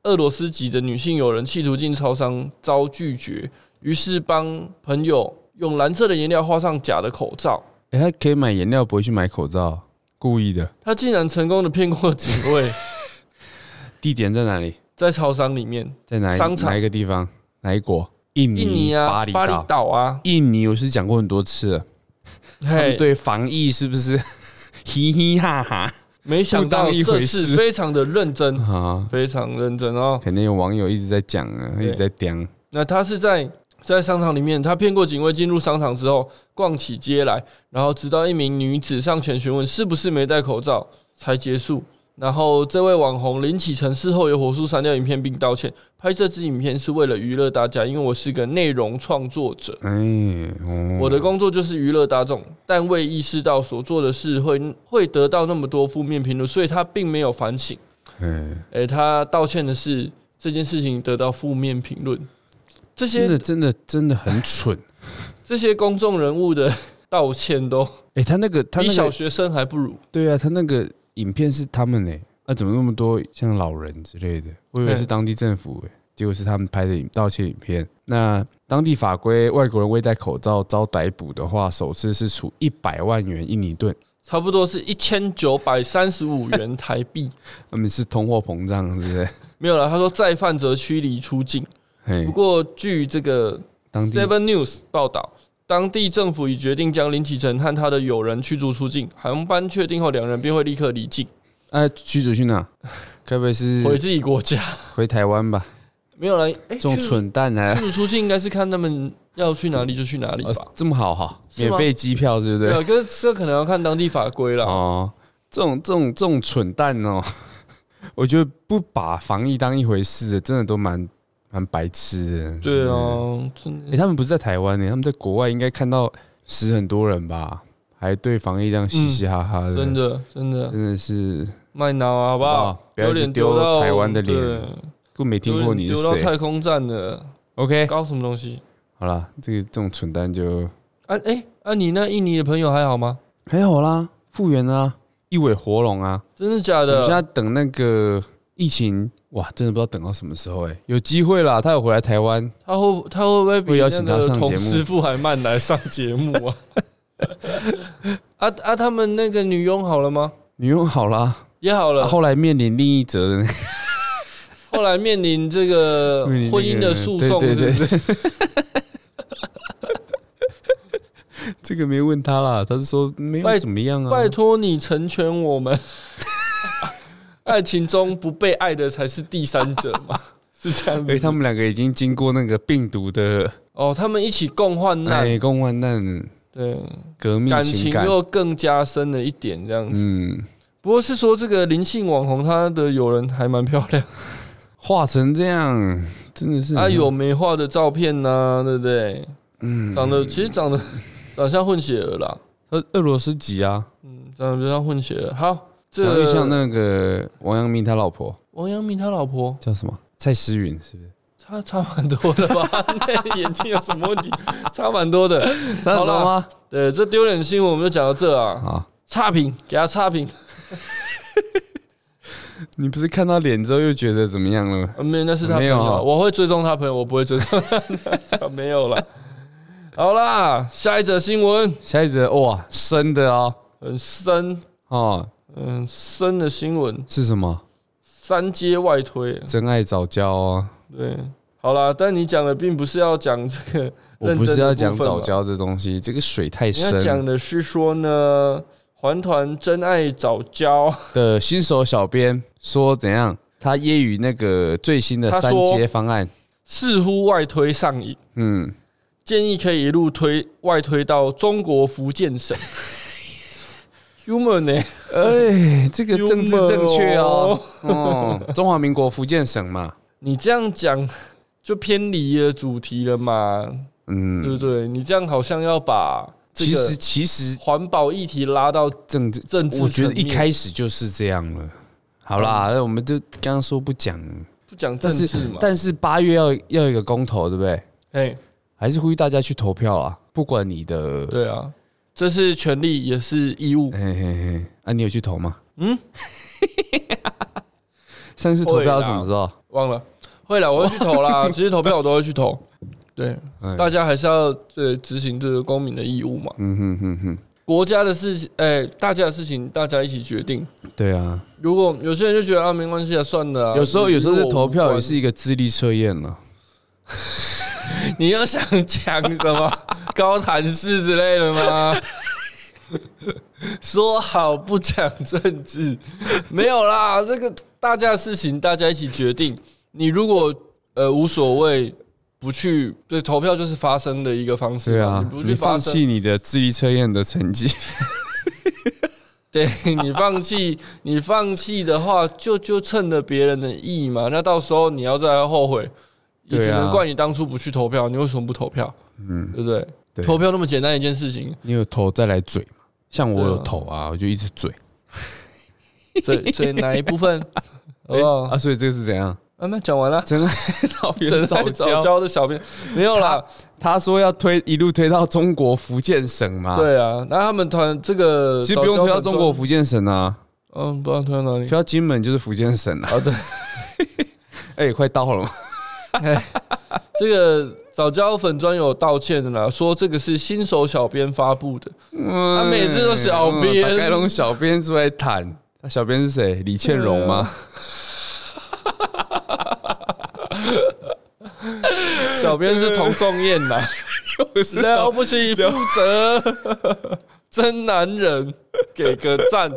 S2: 俄罗斯籍的女性友人企图进超商遭拒绝，于是帮朋友用蓝色的颜料画上假的口罩。
S1: 哎、他可以买颜料，不会去买口罩，故意的。
S2: 他竟然成功的骗过警卫，
S1: 地点在哪里？
S2: 在超商里面，
S1: 在哪一
S2: 商场
S1: 哪一个地方？哪一国？印尼
S2: 印尼啊
S1: 嗯巴，厘
S2: 巴厘
S1: 岛。
S2: 岛啊，
S1: 印尼我是讲过很多次了，他
S2: 嘿
S1: 们，对防疫是不是嘻嘻哈哈？
S2: 没想到
S1: 不当一回
S2: 这
S1: 事
S2: 次非常的认真，
S1: 啊，
S2: 非常认真哦。
S1: 肯定有网友一直在讲啊，一直在讲，
S2: 那他是在在商场里面，他骗过警卫进入商场之后，逛起街来，然后直到一名女子上前询问是不是没戴口罩才结束。然后这位网红林启程事后也火速删掉影片并道歉，拍这支影片是为了娱乐大家，因为我是个内容创作者。
S1: 哎，哦
S2: 我的工作就是娱乐大众，但未意识到所做的事会会得到那么多负面评论，所以他并没有反省。
S1: 哎，
S2: 诶、他道歉的是这件事情得到负面评论，这
S1: 真
S2: 些
S1: 的真的真的很蠢。
S2: 这些公众人物的 道歉都
S1: 哎，他那个他
S2: 比
S1: 那
S2: 小
S1: 个
S2: 学生还不如。
S1: 对啊，他那个影片是他们哎，那怎么那么多像老人之类的？我以为
S2: 哎
S1: 是当地政府哎。结果是他们拍的影道歉影片。那当地法规，外国人未戴口罩遭逮捕的话，首次是处一百万元印尼盾。
S2: 差不多是一千九百三十五元台币，
S1: 他们是通货膨胀，是不是？
S2: 没有了。他说再犯则驱离出境。
S1: 嘿
S2: 不，过据这个
S1: 嗯当地
S2: Seven News 报道，当地政府已决定将林启程和他的友人驱逐出境，航班确定后，两人便会立刻离境，
S1: 哎，驱逐 去哪？该不会是
S2: 回自己国家。
S1: 回台湾吧？
S2: 没有人
S1: 这种蠢蛋啊还
S2: 驱逐出境应该是看他们要去哪里就去哪 里吧
S1: 呃。这么好哈？
S2: 是吗
S1: 免费机票是不
S2: 对
S1: 是？
S2: 啊，可是这可能要看当地法规啦。
S1: 哦，这种这种这种蠢蛋哦， 我觉得不把防疫当一回事的，真的都蛮蛮白痴的。
S2: 对啊，真
S1: 哎、
S2: 的
S1: 他们不是在台湾呢、他们在国外应该看到死很多人吧？还对防疫这样嘻嘻哈哈的，
S2: 嗯真的真的
S1: 真的是，
S2: 卖脑啊，好不
S1: 好不
S2: 好
S1: 好？哦不要
S2: 有
S1: 一直
S2: 点
S1: 丢
S2: 到
S1: 台湾的脸
S2: 对
S1: 更没听过你哎是
S2: 丢到
S1: 谁。
S2: 太空站了，
S1: OK，
S2: 搞什么东西？
S1: 好了，这个这种蠢蛋就
S2: 啊哎啊，你那印尼的朋友还好吗？
S1: 还好啦，复原啦、一尾活龙啊。
S2: 真的假
S1: 我们现
S2: 的？
S1: 在等那个疫情，哇，真的不知道等到什么时候哎、有机会啦，他有回来台湾，
S2: 他会他会不会比
S1: 会
S2: 那
S1: 邀请他
S2: 个
S1: 上节
S2: 童
S1: 目
S2: 师傅还慢来上节目啊？ 啊啊！他们那个女佣好了吗？
S1: 你用好啦。
S2: 也好了
S1: 啊，后来面临另一则的那个
S2: 后来面临这个
S1: 面临那个
S2: 婚姻的诉讼，
S1: 对
S2: 是不
S1: 对
S2: 是？
S1: 对。 这个没问他啦，他是说没
S2: 拜
S1: 有怎么样啊，
S2: 拜托你成全我们， 爱情中不被爱的才是第三者嘛，是这样
S1: 哎，
S2: 子。
S1: 他们两个已经经过那个病毒的
S2: 哦，他们一起共患难，
S1: 哎共患难
S2: 对，
S1: 革命
S2: 感
S1: 情
S2: 情
S1: 感，
S2: 又更加深了一点，这样子。
S1: 嗯，
S2: 不过是说这个灵性网红，她的友人还蛮漂亮，
S1: 画成这样真的是
S2: 她有美化的照片呐、对不对？
S1: 嗯
S2: 长得其实长得长相混血儿啦，
S1: 俄俄罗斯籍啊，
S2: 嗯，长得比较像混血儿。好，这
S1: 长得
S2: 个
S1: 像那个王阳明他老婆
S2: 王阳明他老婆
S1: 叫什么？蔡诗芸是不是？
S2: 差差蛮多的吧？ 这眼睛有什么问题？差蛮多的。
S1: 真
S2: 好啦
S1: 吗？
S2: 对，这丢脸新闻我们就讲到这啊，
S1: 啊，
S2: 差评给他差评。
S1: 你不是看到脸之后又觉得怎么样了吗？
S2: 呃没有，那是他朋
S1: 没有
S2: 友
S1: 啊
S2: 啊，我会追踪他朋友，我不会追踪 他的。没有了。好啦，下一则新闻
S1: 下一则哇，深的哦，
S2: 很深，
S1: 哦
S2: 嗯，深的新闻，
S1: 是什么？
S2: 三阶外推。
S1: 真爱早教哦，
S2: 对，好啦，但你讲的并不是要讲这个，
S1: 我不
S2: 认真
S1: 是
S2: 的
S1: 要讲
S2: 部分嘛
S1: 早教这东西，这个水太
S2: 你要讲
S1: 深
S2: 的是说呢，环团真爱早教，
S1: 的新手小编说怎样？他揶揄那个最新的
S2: 他
S1: 三
S2: 说
S1: 阶方案，
S2: 似乎外推上瘾。
S1: 嗯，
S2: 建议可以一路推外推到中国福建 省。Human 呢、
S1: 哎，欸这个政治
S2: Humor
S1: 正确哦，哦，中华民国福建省嘛，
S2: 你这样讲就偏离了主题了嘛，
S1: 嗯，
S2: 对不对？你这样好像要把这
S1: 其实
S2: 个
S1: 其实
S2: 环保议题拉到
S1: 政治
S2: 政治
S1: 我觉得
S2: 层
S1: 一
S2: 面嗯
S1: 开始就是这样了。好啦，那我们就刚刚说不讲，
S2: 不讲政
S1: 但
S2: 治
S1: 是
S2: 嘛？
S1: 但是八月要要有一个公投，对不对？
S2: 哎，
S1: 还是呼吁大家去投票啊！不管你的，
S2: 对啊，这是权利也是义务。
S1: 嘿嘿嘿，啊，你有去投吗？
S2: 嗯，
S1: 上一次投票什么时候？
S2: 忘了，会了，我会去投 啦。其实投票我都会去投。对，
S1: 哎
S2: 大家还是要对执行这个公民的义务嘛。
S1: 嗯哼哼哼，
S2: 国家的事情，哎，大家的事情，大家一起决定。
S1: 对啊，
S2: 如果有些人就觉得啊，没关系啊，算了啊、
S1: 有时候
S2: 与
S1: 有时候
S2: 与
S1: 这
S2: 我无
S1: 投票也
S2: 关
S1: 是一个智力测验了。
S2: 你又想讲什么高谈式之类的吗？说好不讲政治，没有啦，这个大家的事情大家一起决定。你如果呃无所谓，不去对投票就是发声的一个方式
S1: 对
S2: 嘛，
S1: 啊
S2: 你，不去
S1: 你
S2: 发
S1: 放
S2: 声，
S1: 弃你的智力测验的 成绩，
S2: 对你放弃，你放弃的话，就就趁着别人的意嘛。那到时候你要再后悔，也
S1: 对啊
S2: 只能怪你当初不去投票。你为什么不投票？
S1: 嗯，
S2: 对不对？
S1: 对
S2: 投票那么简单一件事 情，
S1: 你有投再来嘴嘛？像我
S2: 对啊
S1: 有投啊，我就一直嘴
S2: 嘴嘴哪一部 分？好不好？
S1: 啊，所以这个是怎样？
S2: 啊，那讲完了。
S1: 真爱桃
S2: 正
S1: 园
S2: 在
S1: 早
S2: 早
S1: 教，
S2: 教的小编没有啦，
S1: 他说要推一路推到中国福建省嘛？，
S2: 对啊，那他们团这个
S1: 其实不用推到中
S2: 早
S1: 国
S2: 教
S1: 福建省啊，
S2: 团中，嗯，不知道推到哪里
S1: 推。到金门就是福建省啊。
S2: 哦，对，
S1: 哎，快到了嘛？
S2: 这个早教粉专有道歉的啦，说这个是新手小编发布的，
S1: 他
S2: 每次都小编
S1: 嗯大概弄小编出来谈。那小编是谁？李倩蓉吗？
S2: 啊 小编是童仲彦 呐，了不起，负责，真男人，给个 赞，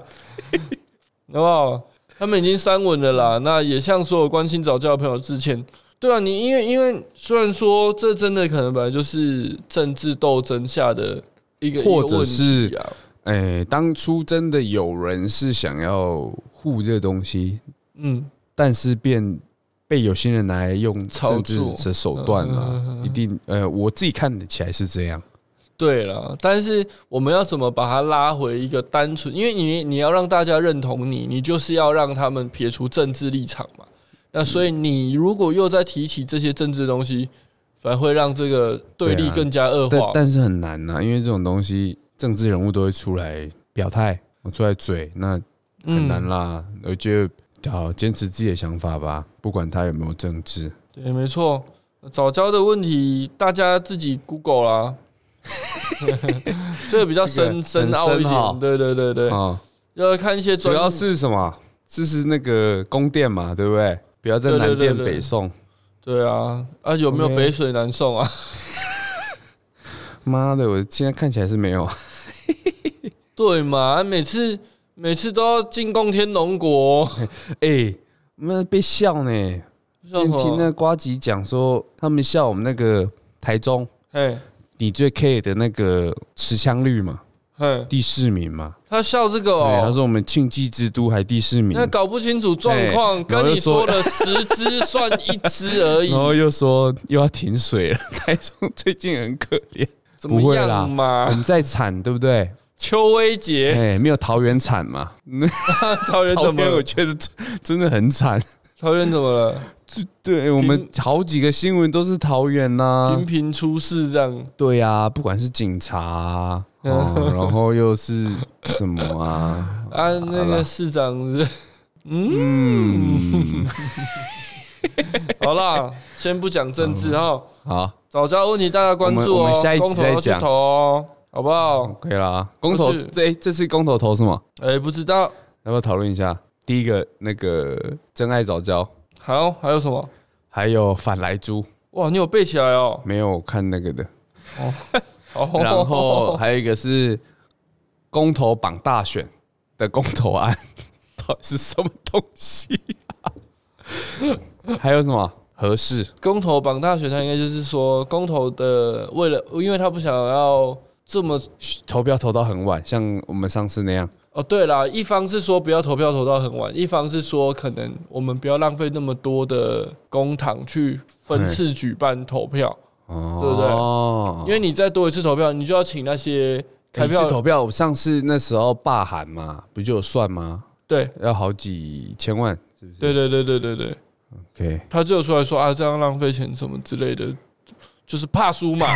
S2: 好不好？他们已经删文了啦，那也向所有关心早教的朋友致歉。对啊，你因为因为虽然说这真的可能本来就是政治斗争下的一个
S1: 或者是
S2: 一个问题啊，
S1: 哎，当初真的有人是想要护这东西，
S2: 嗯，
S1: 但是便被有心人拿来用
S2: 操
S1: 政治
S2: 作
S1: 的手段了、
S2: 嗯嗯嗯嗯
S1: 一定呃，我自己看得起来是这样。
S2: 对了，但是我们要怎么把它拉回一个单纯？因为你你要让大家认同你，你就是要让他们撇除政治立场嘛。
S1: 嗯
S2: 那所以你如果又在提起这些政治东西，反而会让这个对立
S1: 对啊
S2: 更加恶
S1: 但
S2: 化。
S1: 但是很难啊呐、因为这种东西，政治人物都会出来表态，我出来嘴，那很难
S2: 嗯，
S1: 啦。我觉得好坚持自己的想法吧，不管他有没有政治。
S2: 对，没错。早教的问题，大家自己 Google 啦。 这个比较
S1: 这个
S2: 深
S1: 很
S2: 深奥一
S1: 深哈
S2: 点，对对对对，嗯
S1: 啊，
S2: 要看一些
S1: 主
S2: 专
S1: 要是什么？这是那个宫殿嘛，对不对？不要在
S2: 对对
S1: 南
S2: 对
S1: 殿
S2: 对
S1: 北宋。
S2: 对啊啊有没有
S1: OK
S2: 北水南送啊？
S1: 妈的，我现在看起来是没有。
S2: 对嘛，啊每次每次都要进贡天龙国，
S1: 哎、那被笑呢。
S2: 像什
S1: 之前听
S2: 么？
S1: 那瓜吉讲说，他们笑我们那个台中，
S2: 嘿，
S1: 你最 care 的那个持枪率嘛，
S2: 嘿，
S1: 第四名嘛。
S2: 他笑这个
S1: 哎对，他
S2: 哦，
S1: 说我们庆忌之都还第四名，
S2: 那
S1: 然
S2: 搞不清楚状况，
S1: 哎然
S2: 跟
S1: 后就
S2: 你说
S1: 说
S2: 了十只算一只而 已，
S1: 后又说又要停水了， 台中最近很可怜，
S2: 怎
S1: 不
S2: 么
S1: 会啦嗯
S2: 样
S1: 我
S2: 嘛？
S1: 们在产对不对？
S2: 邱威杰，
S1: 哎，没有桃园产嘛，
S2: 桃园
S1: 哎桃
S2: 怎么
S1: 园我
S2: 了？
S1: 觉得真真的很惨。
S2: 桃园怎么了？
S1: 对我们好几个新闻都是桃园呐、
S2: 频频出事这样，
S1: 对啊，不管是警察、啊，哦然后又是什么 啊？
S2: 啊，那个市长是， 嗯，
S1: 嗯，
S2: 好啦，先不讲政治哈，
S1: 好
S2: 早教问题大家关注
S1: 嗯我们
S2: 哦
S1: 我们下一，集
S2: 公投要
S1: 再
S2: 去
S1: 讲嗯
S2: 投哦，好不好？
S1: ，OK 啦。公投
S2: 不是
S1: 这这次公投投什么？
S2: 哎，不知道，
S1: 要不要讨论一下？第一个那个真爱早教，
S2: 好，还有什么？
S1: 还有反来猪，
S2: 哇，你有背起来哦。
S1: 没有看那个的。
S2: 哦
S1: 然后还有一个是公投榜大选的公投案， 到底是什么东西、啊？还有什么合适？
S2: 公投榜大选，它应该就是说公投的为了，因为他不想要这么
S1: 投票投到很晚，像我们上次那样。
S2: 哦。对啦，一方是说不要投票投到很晚，一方是说可能我们不要浪费那么多的公帑去分次举办投票，
S1: 哦，
S2: 因为你再多一次投票，你就要请那些开
S1: 每次
S2: 票
S1: 欸投票，我上次那时候罢韩嘛，不就有算吗？
S2: 对
S1: 要好几千万，是不是
S2: 对对对对对对，
S1: ？OK，
S2: 他就有出来说啊，这样浪费钱什么之类的，就是怕输 嘛。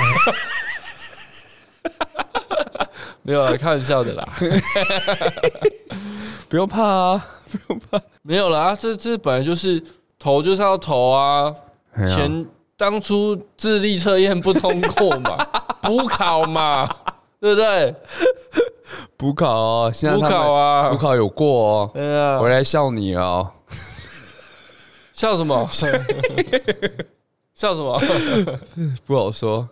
S2: 没有啦，开玩笑的啦。
S1: 不用怕啊，
S2: 没有啦，啊这这本来就是投就是要投啊，
S1: 哎呀
S2: 前当初智力测验不通过嘛，补考嘛，对不对？
S1: 补考哦，现在
S2: 补
S1: 他们
S2: 考
S1: 补
S2: 啊，
S1: 考有过哦，
S2: 哎呀
S1: 回，来笑你了哦。
S2: 笑什么？ 笑什么？
S1: 不好说。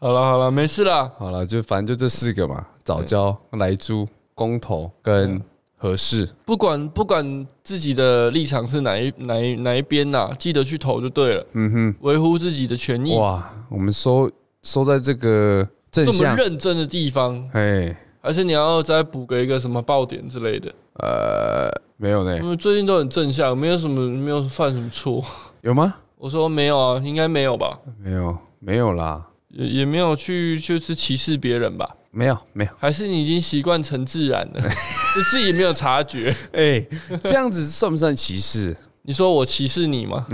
S2: 好了好了，没事啦，
S1: 好了，就反正就这四个嘛，早教、来猪、公投跟合适。
S2: 不管不管自己的立场是哪一哪一哪一边呐、记得去投就对了，
S1: 嗯
S2: 维护自己的权益
S1: 哼，。哇，我们收收在这个正
S2: 这么
S1: 向，
S2: 认真的地方，
S1: 哎，
S2: 还是你要再补个一个什么爆点之类的？
S1: 呃，没有
S2: 我
S1: 呢，
S2: 们嗯最近都很正向，没有什么没有犯什么错。
S1: 有吗？
S2: 我说没有啊，应该没有吧，
S1: 没有，没有啦，
S2: 也也没有去就是歧视别人吧，
S1: 没有，没 有。
S2: 还是你已经习惯成自然了， 就自己没有察觉。
S1: 哎，这样子算不算歧视？
S2: 你说我歧视你吗？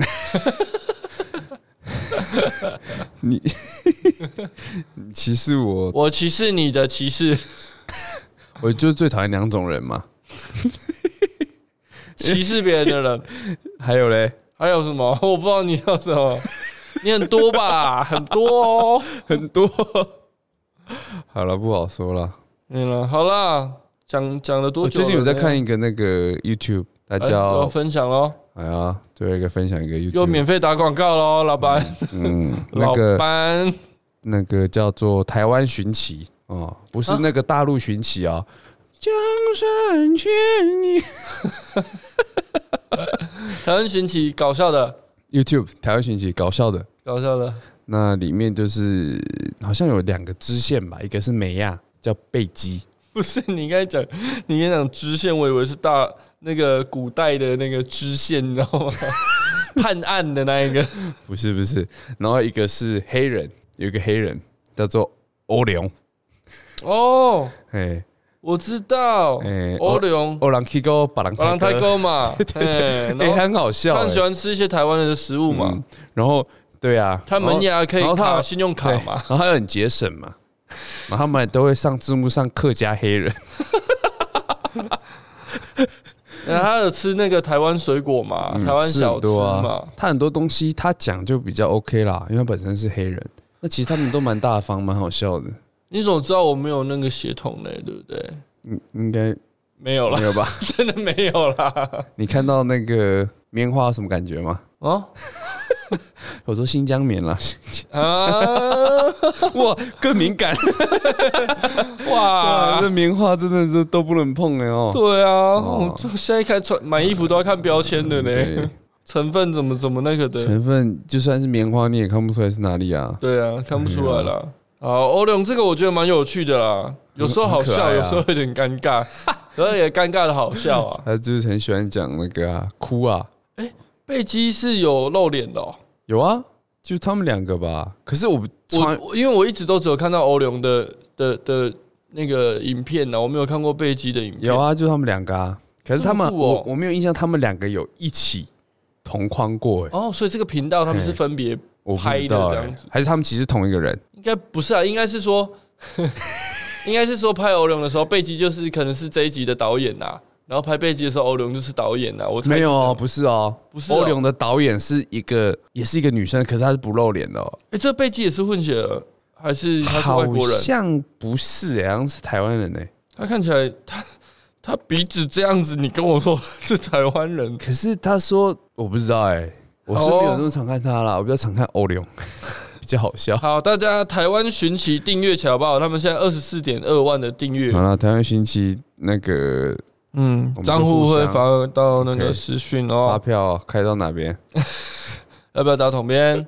S1: 你你歧视我，
S2: 我歧视你的歧视，
S1: 我就是最讨厌两种人嘛。
S2: 歧视别人的人，
S1: 还有嘞，
S2: 还有什么？ 我不知道你要什么，你很多吧，很多哦。
S1: 很多。 好了，不好说了。
S2: 嗯了，好啦，讲讲了多
S1: 我
S2: 久了
S1: 哦最
S2: 呢？
S1: 近有在看一个那个 YouTube，它
S2: 哎，要
S1: 叫
S2: 分享喽，
S1: 哎呀，最后一个分享一个
S2: 又
S1: YouTube，
S2: 免费打广告喽，老板，
S1: 嗯，那
S2: 老
S1: 个
S2: 板，
S1: 那个叫做台湾寻奇哦，不
S2: 啊
S1: 是那个大陆寻奇啊。江山千里
S2: 台湾寻奇搞笑的，
S1: ，YouTube 台湾寻奇搞笑的，
S2: 搞笑的，
S1: 那里面就是好像有两个支线吧，一个是美亚叫贝基，
S2: 不是你应该讲，你应该讲支线，我以为是大那个古代的那个支线，你知 道吗？判案的那一个
S1: 不是不是，然后一个是黑人，有一个黑人叫做欧良，
S2: 哦，
S1: 哎
S2: 我知道
S1: 哎，
S2: 欧龙，
S1: 欧良 K 哥把狼
S2: 巴郎
S1: 泰
S2: 泰
S1: 哥，
S2: 沟 嘛，哎，
S1: 哎，
S2: 然后
S1: 很好笑
S2: 他
S1: 哎，
S2: 很喜欢吃一些台湾的食物嘛
S1: 嗯，然后对啊，
S2: 他门
S1: 也
S2: 牙可以
S1: 然后他
S2: 卡信用卡嘛，
S1: 然后他很节省嘛，然后他们都会上字幕上客家黑人，
S2: 然后他有吃那个台湾水果嘛，
S1: 嗯
S2: 台湾
S1: 吃
S2: 小
S1: 很
S2: 吃
S1: 多啊
S2: 嘛，
S1: 他很多东西他讲就比较 OK 啦，因为他本身是黑人，那其实他们都蛮大方，蛮好笑的，
S2: 你总知道我没有那个血统嘞，对不对？
S1: 应应该
S2: 没有啦
S1: 没，有吧？
S2: 真的没有 啦。
S1: 你看到那个棉花有什么感觉吗？
S2: 啊
S1: 我说新疆棉啦，
S2: 啊！
S1: 哇，更敏 感。 啊，
S2: 哇
S1: 这，棉花真的是都不能碰哎哦。
S2: 对啊，我这现在看穿买衣服都要看标签的呢
S1: 对，
S2: 成分怎么怎么那个的，
S1: 成分就算是棉花，你也看不出来是哪里啊。
S2: 对啊，看不出来啦。好，欧龙这个我觉得蛮有趣的啦，有时候好
S1: 很可
S2: 笑，
S1: 爱啊
S2: 有时候有点尴 尬，然后也尴尬的好笑啊。
S1: 他就是很喜欢讲那个啊，哭啊，
S2: 贝基是有露脸的哦，
S1: 有啊，就他们两个吧。可是我穿
S2: 我我因为我一直都只有看到欧龙的的的那个影片啊呢，我没有看过贝基的影片。
S1: 有啊，就他们两个啊。可是他们，
S2: 这么酷
S1: 我
S2: 哦
S1: 我没有印象，他们两个有一起同框过哎、
S2: 哦，所以这个频道他们是分别，
S1: 我不知道
S2: 拍的
S1: 哎、
S2: 这样子
S1: 还是他们其实是同一个人？
S2: 应该不是啊，应该是说， 应该是说拍欧龙的时候，贝基就是可能是这一集的导演呐、然后拍贝基的时候，欧龙就是导演啊呐、我猜
S1: 没有哦，
S2: 是
S1: 不是哦，
S2: 不是哦
S1: 欧龙的导演是一个，也是一个女生，可是她是不露脸的哦。
S2: 这样，哎、这贝基也是混血儿，还是他是外
S1: 好
S2: 国人？
S1: 像不是、欸，好像是台湾人哎、
S2: 他看起来他他鼻子这样子，你跟我说是台湾人，
S1: 可是他说我不知道哎、我是没有那么常看他啦，我比较常看欧龙， 比较 好笑。
S2: 好，大家台湾寻奇订阅起来好不好？他们现在二十四点二万的订阅
S1: 好，了，台湾星期那个
S2: 嗯
S1: 我们，就
S2: 账户
S1: 互
S2: 会
S1: 相
S2: 发到那
S1: OK
S2: 个私讯
S1: 发
S2: 哦，
S1: 票开到哪边？
S2: 要不要打统编？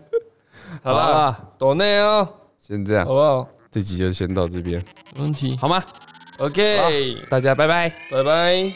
S2: 好啦，，抖内哦，
S1: 先这样
S2: 好，不好？
S1: 这集就先到这边，
S2: 没问题。
S1: 好吗？
S2: OK，
S1: 大家拜拜。
S2: 拜拜。